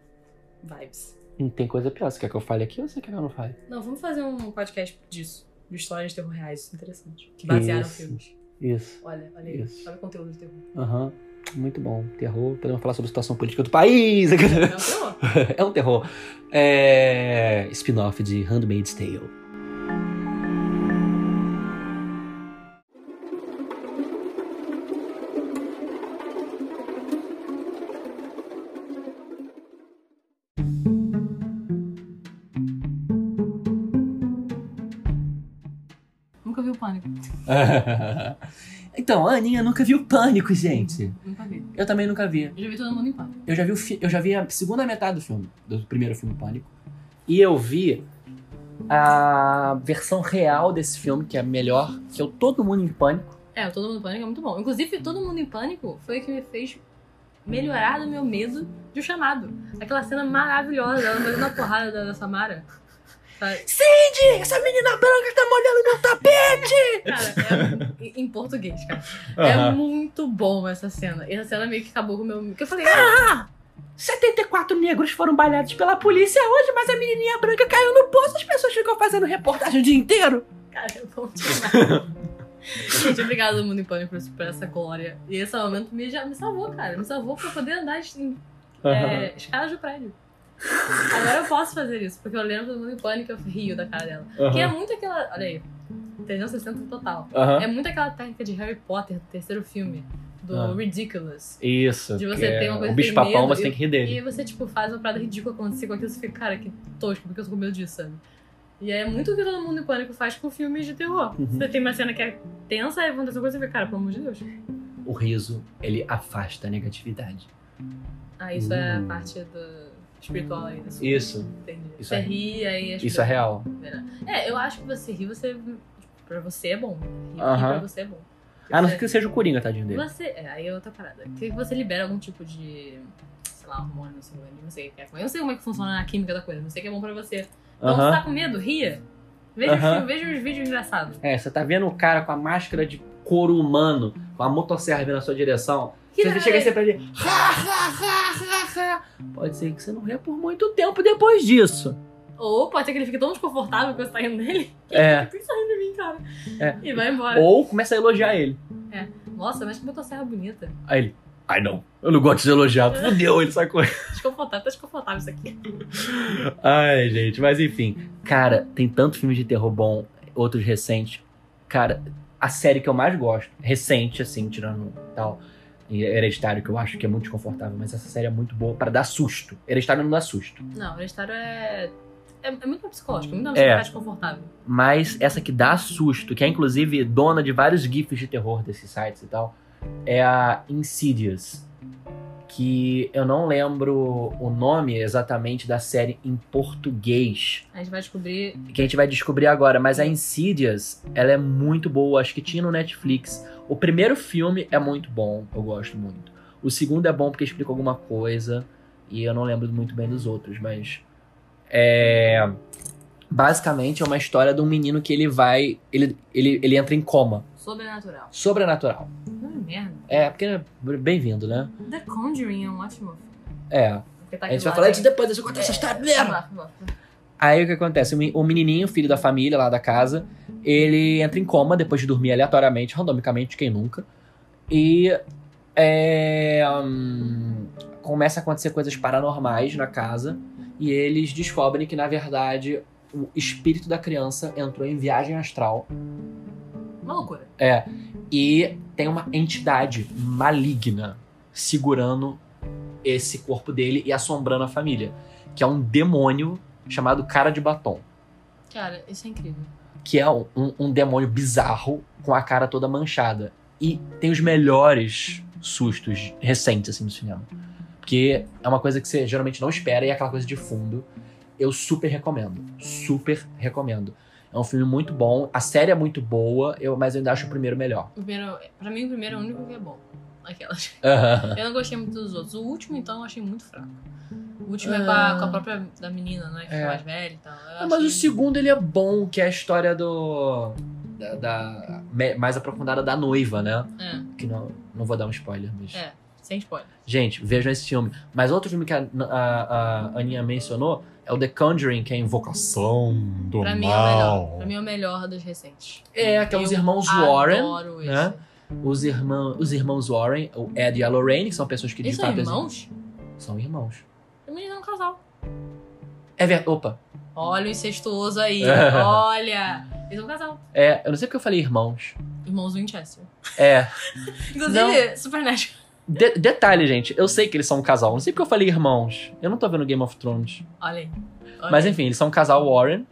S2: Vibes.
S1: Não Hum, tem coisa pior. Você quer que eu fale aqui ou você quer que eu não fale?
S2: Não, vamos fazer um podcast disso. De histórias de terror reais, isso é interessante. Que basearam
S1: Isso.
S2: filmes.
S1: Isso.
S2: Olha, olha aí.
S1: Isso.
S2: Olha o conteúdo do terror.
S1: Aham. Muito bom. Terror. Podemos falar sobre a situação política do país.
S2: É um terror.
S1: É um terror. É. Spin-off de Handmaid's Tale.
S2: Nunca vi o Pânico.
S1: então, a Aninha nunca viu Pânico, gente.
S2: Nunca vi.
S1: Eu também nunca vi.
S2: Eu já vi todo mundo em Pânico.
S1: Eu já vi, o fi- eu já vi a segunda metade do filme, do primeiro filme Pânico. E eu vi a versão real desse filme, que é a melhor, que é o Todo Mundo em Pânico,
S2: É, o Todo Mundo em Pânico é muito bom. Inclusive, Todo Mundo em Pânico foi o que me fez melhorar do meu medo de O chamado. Aquela cena maravilhosa dela fazendo a porrada da, da Samara. Sabe?
S6: Cindy, essa menina branca tá molhando meu tapete!
S2: Cara, é, em português, cara. É
S1: um
S7: Aham.
S2: muito bom essa cena. E essa cena meio que acabou com o meu. Que eu falei, "Ah,
S6: 74 negros foram baleados pela polícia hoje, mas a menininha branca caiu no poço, as pessoas ficam fazendo reportagem o dia inteiro.
S2: Cara, é bom demais. Gente, obrigado todo mundo em pânico por- por essa glória. E esse é momento me, já me salvou, cara. Me salvou pra poder andar em
S7: Aham.
S2: é, escadas do prédio. Agora eu posso fazer isso, porque eu lembro todo mundo em pânico e eu rio da cara dela. Que é
S7: Aham.
S2: muito aquela. Olha aí. 360 total. É
S7: Aham.
S2: muito aquela técnica de Harry Potter, do terceiro filme, do
S7: Ah.
S2: Ridiculous.
S7: Isso.
S2: De você
S7: que é
S2: ter uma coisa
S7: o
S2: que
S7: bicho
S2: tem
S7: papão,
S2: medo
S7: você
S2: e-
S7: tem que rir
S2: E
S7: dele.
S2: aí você, tipo, faz uma parada ridícula acontecer com aquilo, você fica, cara, que tosco, porque eu tô com medo disso, sabe? E aí é muito o que todo mundo em pânico faz com filmes de terror.
S1: Uhum.
S2: Você tem uma cena que é tensa, aí acontece uma coisa e você fica, cara, pelo amor de Deus.
S1: O riso, ele afasta a negatividade.
S2: Ah, isso é a
S1: Hum.
S2: parte do espiritual aí. Da sua-
S7: Isso.
S2: Entendi.
S1: Isso
S2: você
S1: é-
S2: ri, aí... as
S1: Isso é
S2: pessoas-
S1: real.
S2: É, eu acho que você ri, você... tipo, Pra você é bom. Rir
S7: Aham.
S2: pra você é bom.
S1: A Ah, não ser que seja o Coringa, tadinho dele.
S2: Você, é, aí é outra parada. Que você libera algum tipo de, sei lá, hormônio no seu organismo, não sei o que é. Eu não sei como é que funciona a química da coisa, não sei o que é bom pra você. Então,
S7: Aham.
S2: você tá com medo, ria. Veja, os
S7: Aham.
S2: filmes, veja os vídeos engraçados.
S1: É, você tá vendo o cara com a máscara de couro humano, com a motosserra vindo na sua direção.
S2: Que é
S1: você chega assim pra ele. "Ha, ha, ha, ha, ha." Pode ser que você não ria por muito tempo depois disso.
S2: Ou pode ser que ele fique tão desconfortável que você tá rindo dele.
S1: É.
S2: Por que você tá rindo de mim, cara?
S1: É.
S2: E vai embora.
S1: Ou começa a elogiar ele.
S2: Nossa, mas que motosserra bonita.
S1: Aí ele. Ai não, eu não gosto de elogiar. Fudeu, ele sacou.
S2: Desconfortável, tá desconfortável isso aqui.
S1: Ai, gente, mas enfim. Cara, tem tanto filme de terror bom, outros recentes. Cara, a série que eu mais gosto, recente, assim, tirando tal, e Hereditário, que eu acho que é muito desconfortável, mas essa série é muito boa pra dar susto. Hereditário não dá susto.
S2: Não, o Hereditário é... É, é muito psicológico, muito
S1: É.
S2: é. desconfortável.
S1: Mas essa que dá susto, que é inclusive dona de vários GIFs de terror desses sites e tal, é a Insidious. Que eu não lembro o nome exatamente da série em português.
S2: A gente vai descobrir...
S1: que a gente vai descobrir agora, mas a Insidious, ela é muito boa, acho que tinha no Netflix. O primeiro filme é muito bom, eu gosto muito. O segundo é bom porque explica alguma coisa e eu não lembro muito bem dos outros, mas é basicamente é uma história de um menino que ele vai, ele ele, ele entra em coma,
S2: Sobrenatural.
S1: sobrenatural.
S2: Não é merda.
S1: É, porque é bem-vindo, né?
S2: The Conjuring é um ótimo filme.
S1: É.
S2: Porque tá
S1: A
S2: aqui
S1: gente
S2: do
S1: vai
S2: lado,
S1: falar
S2: né?
S1: disso depois, deixa eu contar essa história mesmo.
S2: Vamos lá, vamos lá.
S1: Aí o que acontece? O men- O menininho, filho da família lá da casa, ele entra em coma depois de dormir aleatoriamente, randomicamente, quem nunca. E é, hum, começa a acontecer coisas paranormais na casa. E eles descobrem que, na verdade, o espírito da criança entrou em viagem astral.
S2: Uma loucura.
S1: É. E tem uma entidade maligna segurando esse corpo dele e assombrando a família. Que é um demônio chamado Cara de Batom
S2: Cara, isso é incrível.
S1: que é um, um demônio bizarro com a cara toda manchada. E tem os melhores sustos recentes, assim, do cinema. Porque é uma coisa que você geralmente não espera e é aquela coisa de fundo. Eu super recomendo. Super recomendo. É um filme muito bom, a série é muito boa, eu, mas eu ainda acho o primeiro melhor.
S2: O primeiro, pra mim, o primeiro é o único que é bom. Aquelas. Eu não gostei muito dos outros. O último, então, eu achei muito fraco. O último é, com, a, com a própria da menina, né? Que
S1: Ah. É.
S2: é mais velha e tal. Eu
S1: Ah, mas
S2: achei-
S1: o segundo ele é bom, que é a história do. da. da- me- mais aprofundada da noiva, né?
S2: É,
S1: Que não, não vou dar um spoiler, mas.
S2: é, sem spoiler.
S1: Gente, vejam esse filme. Mas outro filme que a, a, a Aninha mencionou é o The Conjuring, que é Invocação do
S2: Pra mim é o melhor. Pra mim é o melhor dos recentes.
S1: É, que é os
S2: Eu
S1: irmãos Warren.
S2: Adoro esse.
S1: né? Os, irmão, os irmãos Warren, o Ed e a Lorraine, que são pessoas que de
S2: Eles são
S1: fato- é-
S2: irmãos?
S1: São irmãos.
S2: O menino é um casal.
S1: É verdade. Opa.
S2: Olha o incestuoso aí. Olha. Eles são um casal.
S1: É, eu não sei porque eu falei irmãos.
S2: Irmãos Winchester.
S1: É.
S2: Inclusive, Supernatural.
S1: de- detalhe, gente. Eu sei que eles são um casal. Não sei porque eu falei irmãos. Eu não tô vendo Game of Thrones.
S2: Olha aí. Olha
S1: Mas
S2: aí.
S1: enfim, eles são um casal Warren.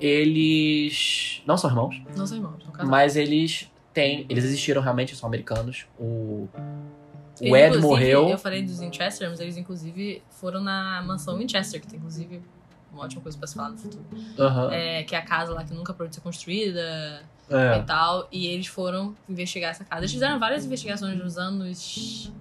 S1: Eles. Não são irmãos.
S2: Não são irmãos, são casal.
S1: Mas eles têm. Eles existiram realmente, são americanos. O. O
S2: Eles,
S1: Ed
S2: inclusive,
S1: morreu.
S2: Eu falei dos Winchester, mas eles inclusive foram na mansão Winchester, que tem inclusive uma ótima coisa pra se falar no futuro.
S1: Aham.
S2: É, que é a casa lá que nunca pode ser construída. e tal. E eles foram investigar essa casa. Eles fizeram várias investigações nos anos.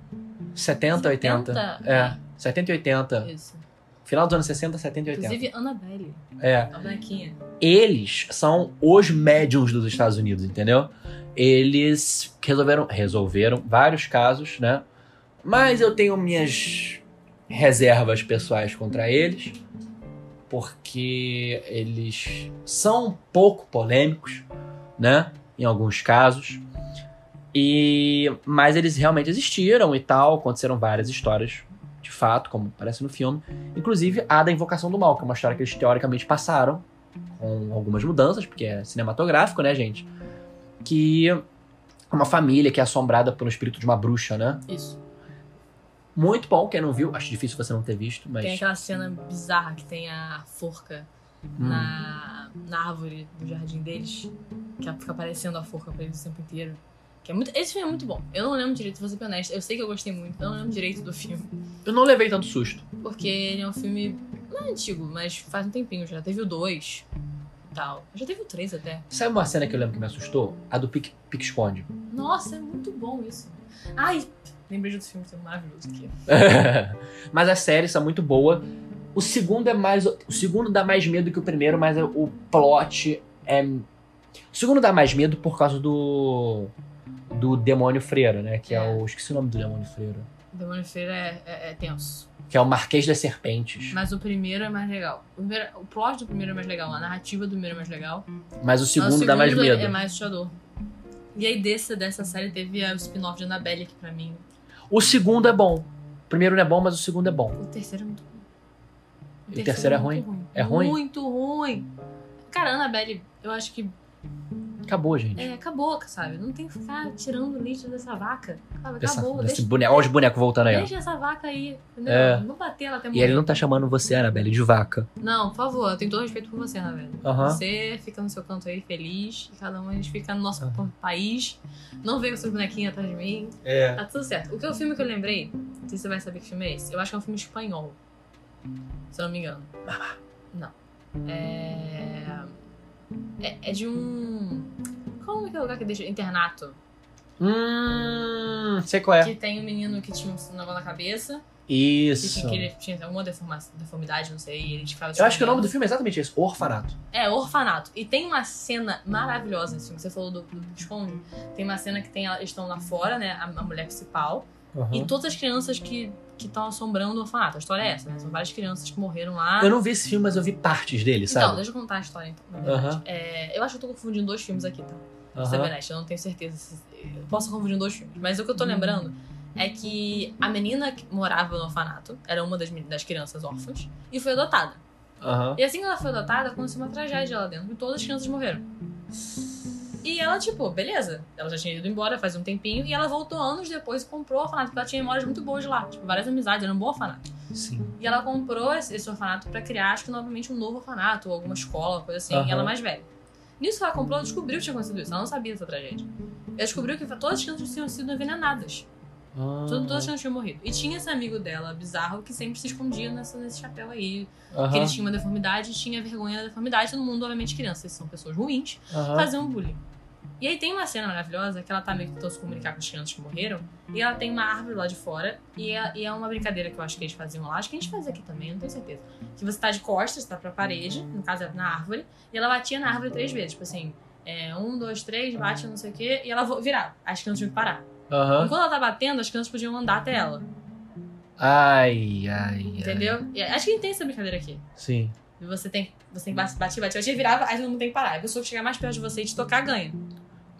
S1: 70, 80.
S2: 70?
S1: É. 70 e 80.
S2: É, Isso.
S1: Final dos anos 60, 70 e 80.
S2: Inclusive Annabelle,
S1: É.
S2: a bonequinha.
S1: Eles são os médiums dos Estados Unidos, entendeu? Eles resolveram, resolveram vários casos, né? Mas eu tenho minhas reservas pessoais contra eles, porque eles são um pouco polêmicos, né? Em alguns casos. E mas eles realmente existiram e tal, aconteceram várias histórias de fato, como aparece no filme, inclusive a da Invocação do Mal, que é uma história que eles teoricamente passaram com algumas mudanças, porque é cinematográfico, né, gente? Que é uma família que é assombrada pelo espírito de uma bruxa, né?
S2: Isso.
S1: Muito bom, quem não viu, acho difícil você não ter visto, mas.
S2: Tem aquela cena bizarra que tem a forca
S1: Hum.
S2: na, na árvore do jardim deles. Que fica aparecendo a forca pra eles o tempo inteiro. Que é muito... Esse filme é muito bom. Eu não lembro direito, vou ser bem honesta. Eu sei que eu gostei muito, eu não lembro direito do filme.
S1: Eu não levei tanto susto.
S2: Porque ele é um filme. Não é antigo, mas faz um tempinho já. Teve o 2 e tal. Já teve o 3 até.
S1: Sabe uma cena que eu lembro que me assustou? A do Pique, Pique Esconde.
S2: Nossa, é muito bom isso. Ai, lembrei de outro filme que é maravilhoso aqui.
S1: mas as séries são muito boa. O segundo é mais. O segundo dá mais medo que o primeiro, mas é, o plot é. O segundo dá mais medo por causa do. Do demônio freiro, né? Que é,
S2: É.
S1: o. Esqueci o nome do demônio freiro.
S2: O Demônio Feira é, é, é tenso.
S1: Que é o Marquês das Serpentes.
S2: Mas o primeiro é mais legal. O, primeiro- o plot do primeiro é mais legal, a narrativa do primeiro é mais legal.
S1: Mas o segundo,
S2: Mas o
S1: Tipo, dá mais medo.
S2: É mais assustador. E aí desse, dessa série teve a- o spin-off de Annabelle, que pra mim.
S1: O segundo é bom. O primeiro não é bom, mas o segundo é bom.
S2: O terceiro é muito ruim.
S1: E o terceiro é
S2: muito
S1: É ruim?
S2: Muito ruim. Cara, Annabelle, eu acho que
S1: Acabou, gente.
S2: É, acabou, sabe? Não tem que ficar tirando leite dessa vaca. Sabe?
S1: Dessa-
S2: Acabou,
S1: desse
S2: deixa,
S1: boneco. Olha os bonecos voltando aí, ó.
S2: deixa essa vaca aí. Entendeu?
S1: É.
S2: Não bater ela até
S1: E ele
S2: morrer.
S1: não tá chamando você, Anabelle, de vaca.
S2: Não, por favor, eu tenho todo respeito por você, Anabelle.
S1: Aham.
S2: Você fica no seu canto aí feliz, e cada um a gente fica no nosso
S1: Aham.
S2: país. Não veio com seus bonequinhos atrás de mim.
S1: É.
S2: Tá tudo certo. O que é o filme que eu lembrei, não sei se você vai saber que filme é esse. Eu acho que é um filme espanhol. Se eu não me engano. Não. É. É, é de um. Qual é que é o lugar que deixa? Internato.
S1: Hum, sei qual é.
S2: Que tem um menino que tinha um negócio na cabeça, que,
S1: Isso.
S2: tinha, que ele tinha alguma deforma- deformidade, não sei, e ele ficava
S1: Eu acho que o nome do filme é exatamente esse, Orfanato.
S2: É, Orfanato. E tem uma cena maravilhosa nesse filme. Você falou do, do Visconde. Tem uma cena que tem, ela- eles estão lá fora, né? A, a mulher principal. E todas as crianças que que estão assombrando o orfanato. A história é essa, né? São várias crianças que morreram lá.
S1: Eu não vi esse filme, mas eu vi partes dele,
S2: Então,
S1: sabe?
S2: deixa eu contar a história, então, na verdade.
S1: Aham.
S2: É, eu acho que eu tô confundindo dois filmes aqui, tá?
S1: Aham.
S2: Pra ser honesta, eu não tenho certeza. se- Eu posso confundir dois filmes. Mas o que eu tô
S1: Uhum.
S2: lembrando é que a menina que morava no orfanato era uma das, men- das crianças órfãs e foi adotada.
S1: Aham.
S2: E assim que ela foi adotada, aconteceu uma tragédia lá dentro e todas as crianças morreram. E ela, tipo, beleza. Ela já tinha ido embora faz um tempinho e ela voltou anos depois e comprou o orfanato, porque ela tinha memórias muito boas de lá. Tipo, várias amizades, era um bom orfanato.
S1: Sim.
S2: E ela comprou esse esse orfanato pra criar, acho que novamente um novo orfanato, ou alguma escola, coisa assim,
S1: Aham.
S2: e ela mais velha. Nisso que ela comprou, ela descobriu que tinha acontecido isso, ela não sabia dessa tragédia. Ela descobriu que todas as crianças tinham sido envenenadas,
S1: Ah,
S2: todas, todas as crianças tinham morrido. E tinha esse amigo dela, bizarro, que sempre se escondia nessa- nesse chapéu aí,
S1: aham,
S2: que ele tinha uma deformidade, tinha vergonha da deformidade, todo mundo, obviamente, crianças, são pessoas ruins,
S1: aham.
S2: fazer um bullying. E aí tem uma cena maravilhosa que ela tá meio que tentando se comunicar com as crianças que morreram. E ela tem uma árvore lá de fora. E é, e é uma brincadeira que eu acho que eles faziam lá. Acho que a gente faz aqui também, não tenho certeza. Que você tá de costas, tá pra parede, no caso é na árvore. E ela batia na árvore três vezes. Tipo assim, é, um, dois, três, bate, não sei o quê. E ela vo- virava. As crianças tinham que parar.
S1: aham.
S2: Enquanto ela tá batendo, as crianças podiam andar até ela.
S1: Ai, ai, ai.
S2: Entendeu? E acho que a gente tem essa brincadeira aqui.
S1: Sim.
S2: Você tem, você tem que bater, bater, bater, bater, virava, aí todo mundo tem que parar. A pessoa que chegar mais perto de você e te tocar ganha.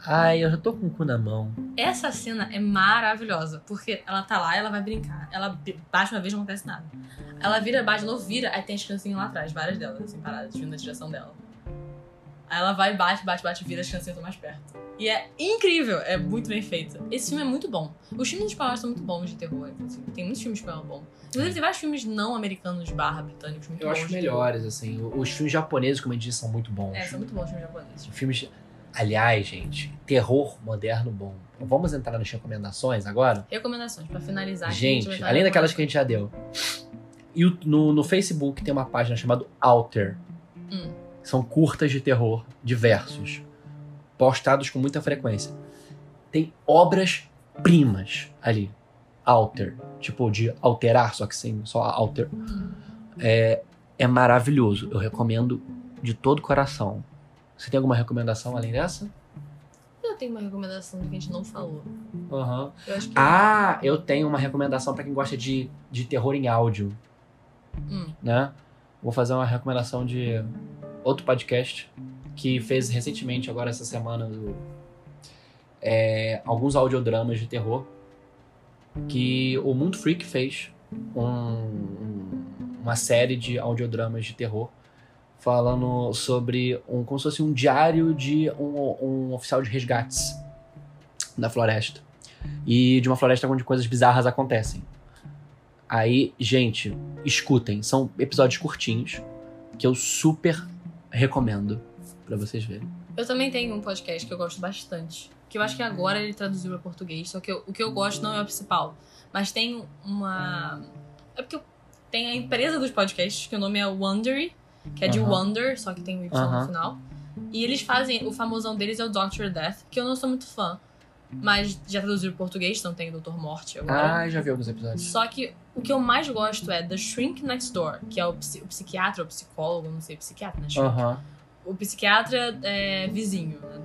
S1: Ai, eu já tô com o cu na mão.
S2: Essa cena é maravilhosa, porque ela tá lá, ela vai brincar, ela b- bate uma vez não acontece nada. Ela vira, bate de novo, vira, aí tem as criancinhas lá atrás, várias delas, assim, paradas, vindo na direção dela. Aí ela vai, bate, bate, bate, vira, as criancinhas estão mais perto. E é incrível, é muito bem feita. Esse filme é muito bom. Os filmes espanhóis são muito bons de terror, inclusive. Tem muitos filmes espanhóis bons. Inclusive, tem vários filmes não americanos barra britânicos muito
S1: Eu
S2: bons.
S1: acho
S2: de
S1: melhores, assim. Os filmes japoneses, como eu disse, são muito bons.
S2: terror. É, são muito bons os filmes japoneses.
S1: Filmes. Aliás, gente, terror moderno bom. Vamos entrar nas recomendações agora?
S2: Recomendações, pra finalizar. Tá, aqui, a vai
S1: Gente,
S2: dar
S1: além
S2: uma-
S1: daquelas que a gente já deu. E o- no, no Facebook tem uma página chamada Alter.
S2: Hum.
S1: São curtas de terror diversos. postados com muita frequência. Tem obras-primas ali. Alter. Tipo, de alterar, só que sem só alter.
S2: Hum.
S1: É, é maravilhoso. Eu recomendo de todo coração. Você tem alguma recomendação além dessa?
S2: Eu tenho uma recomendação que a gente não falou.
S1: Aham.
S2: Eu acho que. é.
S1: Ah, eu tenho uma recomendação pra quem gosta de, de terror em áudio,
S2: Hum.
S1: né? Vou fazer uma recomendação de outro podcast que fez recentemente, agora essa semana, o- é, alguns audiodramas de terror que o Mundo Freak fez um- um- uma série de audiodramas de terror falando sobre um como se fosse um diário de um, um oficial de resgates da floresta e de uma floresta onde coisas bizarras acontecem. Aí, gente, escutem, são episódios curtinhos que eu super recomendo pra vocês verem.
S2: Eu também tenho um podcast que eu gosto bastante. Que eu acho que agora ele traduziu pra português. Só que eu- o que eu gosto não é o principal. Mas tem uma. É porque eu- tem a empresa dos podcasts, que o nome é Wondery, que é de
S1: Aham.
S2: Wonder, só que tem um Y
S1: Aham.
S2: no final. E eles fazem. O famosão deles é o Doctor Death, que eu não sou muito fã. Mas já traduziu pro português, então tem o Doutor Morte agora.
S1: Ah, já vi alguns episódios.
S2: Só que o que eu mais gosto é The Shrink Next Door, que é o, psi- o psiquiatra ou psicólogo, não sei, psiquiatra, né? Shrink.
S1: Aham.
S2: O psiquiatra é vizinho, né?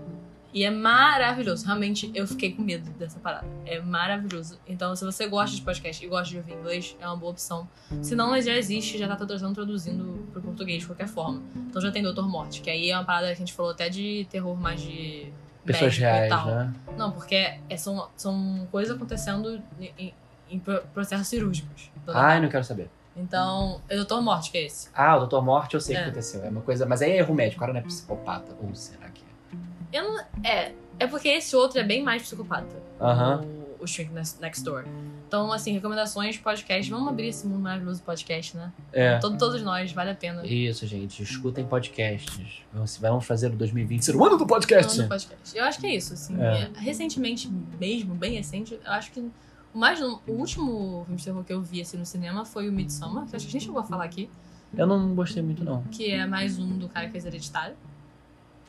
S2: E é maravilhoso. Realmente, eu fiquei com medo dessa parada. É maravilhoso. Então, se você gosta de podcast e gosta de ouvir inglês, é uma boa opção. Se não, ele já existe, já tá traduzindo, traduzindo pro português de qualquer forma. Então já tem Doutor Morte, que aí é uma parada que a gente falou até de terror mais de
S1: Pessoas
S2: médico
S1: reais,
S2: e tal.
S1: né?
S2: Não, porque é- são, são coisas acontecendo em, em- em pro- processos cirúrgicos.
S1: Ai, não quero saber.
S2: Então, é Doutor Morte, que é esse.
S1: Ah, o Doutor Morte eu sei o
S2: É.
S1: que aconteceu. É uma coisa. Mas aí é erro médico, o cara não é psicopata. Ou será que é?
S2: Eu não, é, é porque esse outro é bem mais psicopata.
S1: Aham.
S2: O, o Shrink Next Next Door. Então, assim, recomendações, podcast. Vamos abrir esse mundo maravilhoso do podcast, né?
S1: É.
S2: Todo- todos nós, vale a pena.
S1: Isso, gente. Escutem podcasts. Vamos vamos fazer o 2020 ser o ano do podcast.
S2: Falando do podcast. Eu acho que é isso, assim.
S1: É.
S2: É, Recentemente mesmo, bem recente, eu acho que o mais no- o último filme de terror que eu vi assim, no cinema foi o Midsommar, que eu acho que a gente chegou a falar aqui.
S1: Eu não gostei muito, não.
S2: que é mais um do cara que fez Hereditário.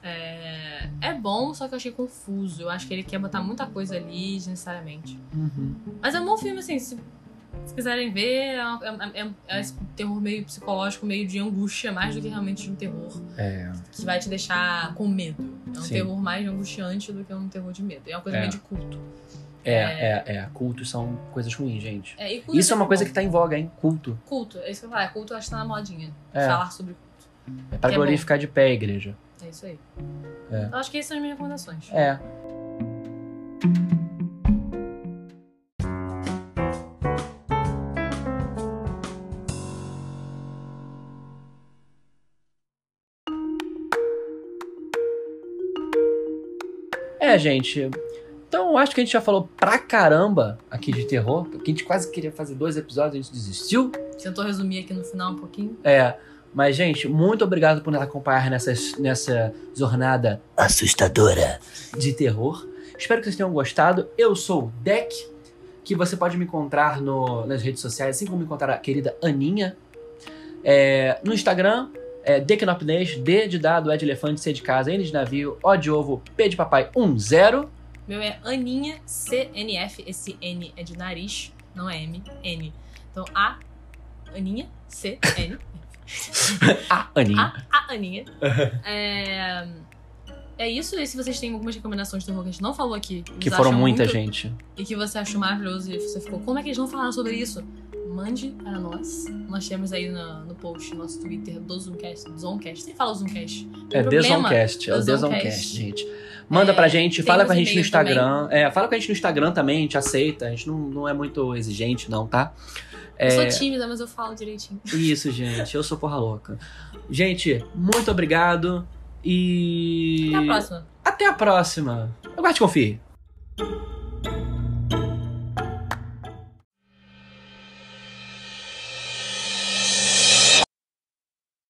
S2: É, é bom, só que eu achei confuso. Eu acho que ele quer botar muita coisa ali, necessariamente.
S1: Uhum.
S2: Mas é um bom filme, assim, se, se quiserem ver, é, uma- é- é- é esse terror meio psicológico, meio de angústia, mais do que realmente de um terror
S1: É.
S2: que vai te deixar com medo. É um
S1: Sim.
S2: terror mais angustiante do que um terror de medo. É uma coisa
S1: É.
S2: meio de culto.
S1: É, é, é. Cultos são coisas ruins, gente.
S2: É, e culto
S1: Isso é uma
S2: sempre
S1: coisa
S2: bom.
S1: que tá em voga, hein? Culto.
S2: Culto, é isso que eu falei, culto eu acho que tá na modinha.
S1: É.
S2: Falar sobre culto.
S1: É pra
S2: Que é
S1: glorificar de pé a igreja.
S2: É isso aí.
S1: É.
S2: Eu acho que essas são as minhas recomendações.
S1: É. É, gente. Então, eu acho que a gente já falou pra caramba aqui de terror. porque a gente quase queria fazer dois episódios, a gente desistiu.
S2: Tentou resumir aqui no final um pouquinho.
S1: É. Mas, gente, muito obrigado por nos acompanhar nessas, nessa jornada assustadora de terror. Espero que vocês tenham gostado. Eu sou o Deck, que você pode me encontrar no- nas redes sociais, assim como me encontrar a querida Aninha. É, no Instagram, é Decknopnês, D de dado, E de elefante, C de casa, N de navio, O de ovo, P de papai, 10.
S2: Meu é Aninha CNF. Esse N é de nariz, não é M, N. Então A Aninha C N.
S1: A Aninha.
S2: A, a Aninha. É... é isso. E se vocês têm algumas recomendações de terror que a gente não falou aqui,
S1: que
S2: vocês
S1: foram
S2: acham
S1: muita,
S2: muito-
S1: gente.
S2: e que você achou maravilhoso e você ficou, como é que eles não falaram sobre isso? Mande para nós. Nós temos aí no, no post, no nosso Twitter do Zoomcast. Zoomcast. Nem fala Zoomcast. Tem
S1: É
S2: problema.
S1: Desoncast, é o
S2: The
S1: Desoncast,
S2: Zoncast.
S1: gente. Manda
S2: É,
S1: pra gente,
S2: tem
S1: fala
S2: os
S1: com a gente no
S2: e-mails
S1: Instagram. É, fala com a gente no Instagram também, a gente aceita. A gente não, não é muito exigente, não, tá?
S2: Eu sou
S1: É,
S2: tímida, mas eu falo direitinho.
S1: isso, gente. Eu sou porra louca. Gente, muito obrigado e.
S2: Até a próxima.
S1: Até a próxima. Eu gosto de confie.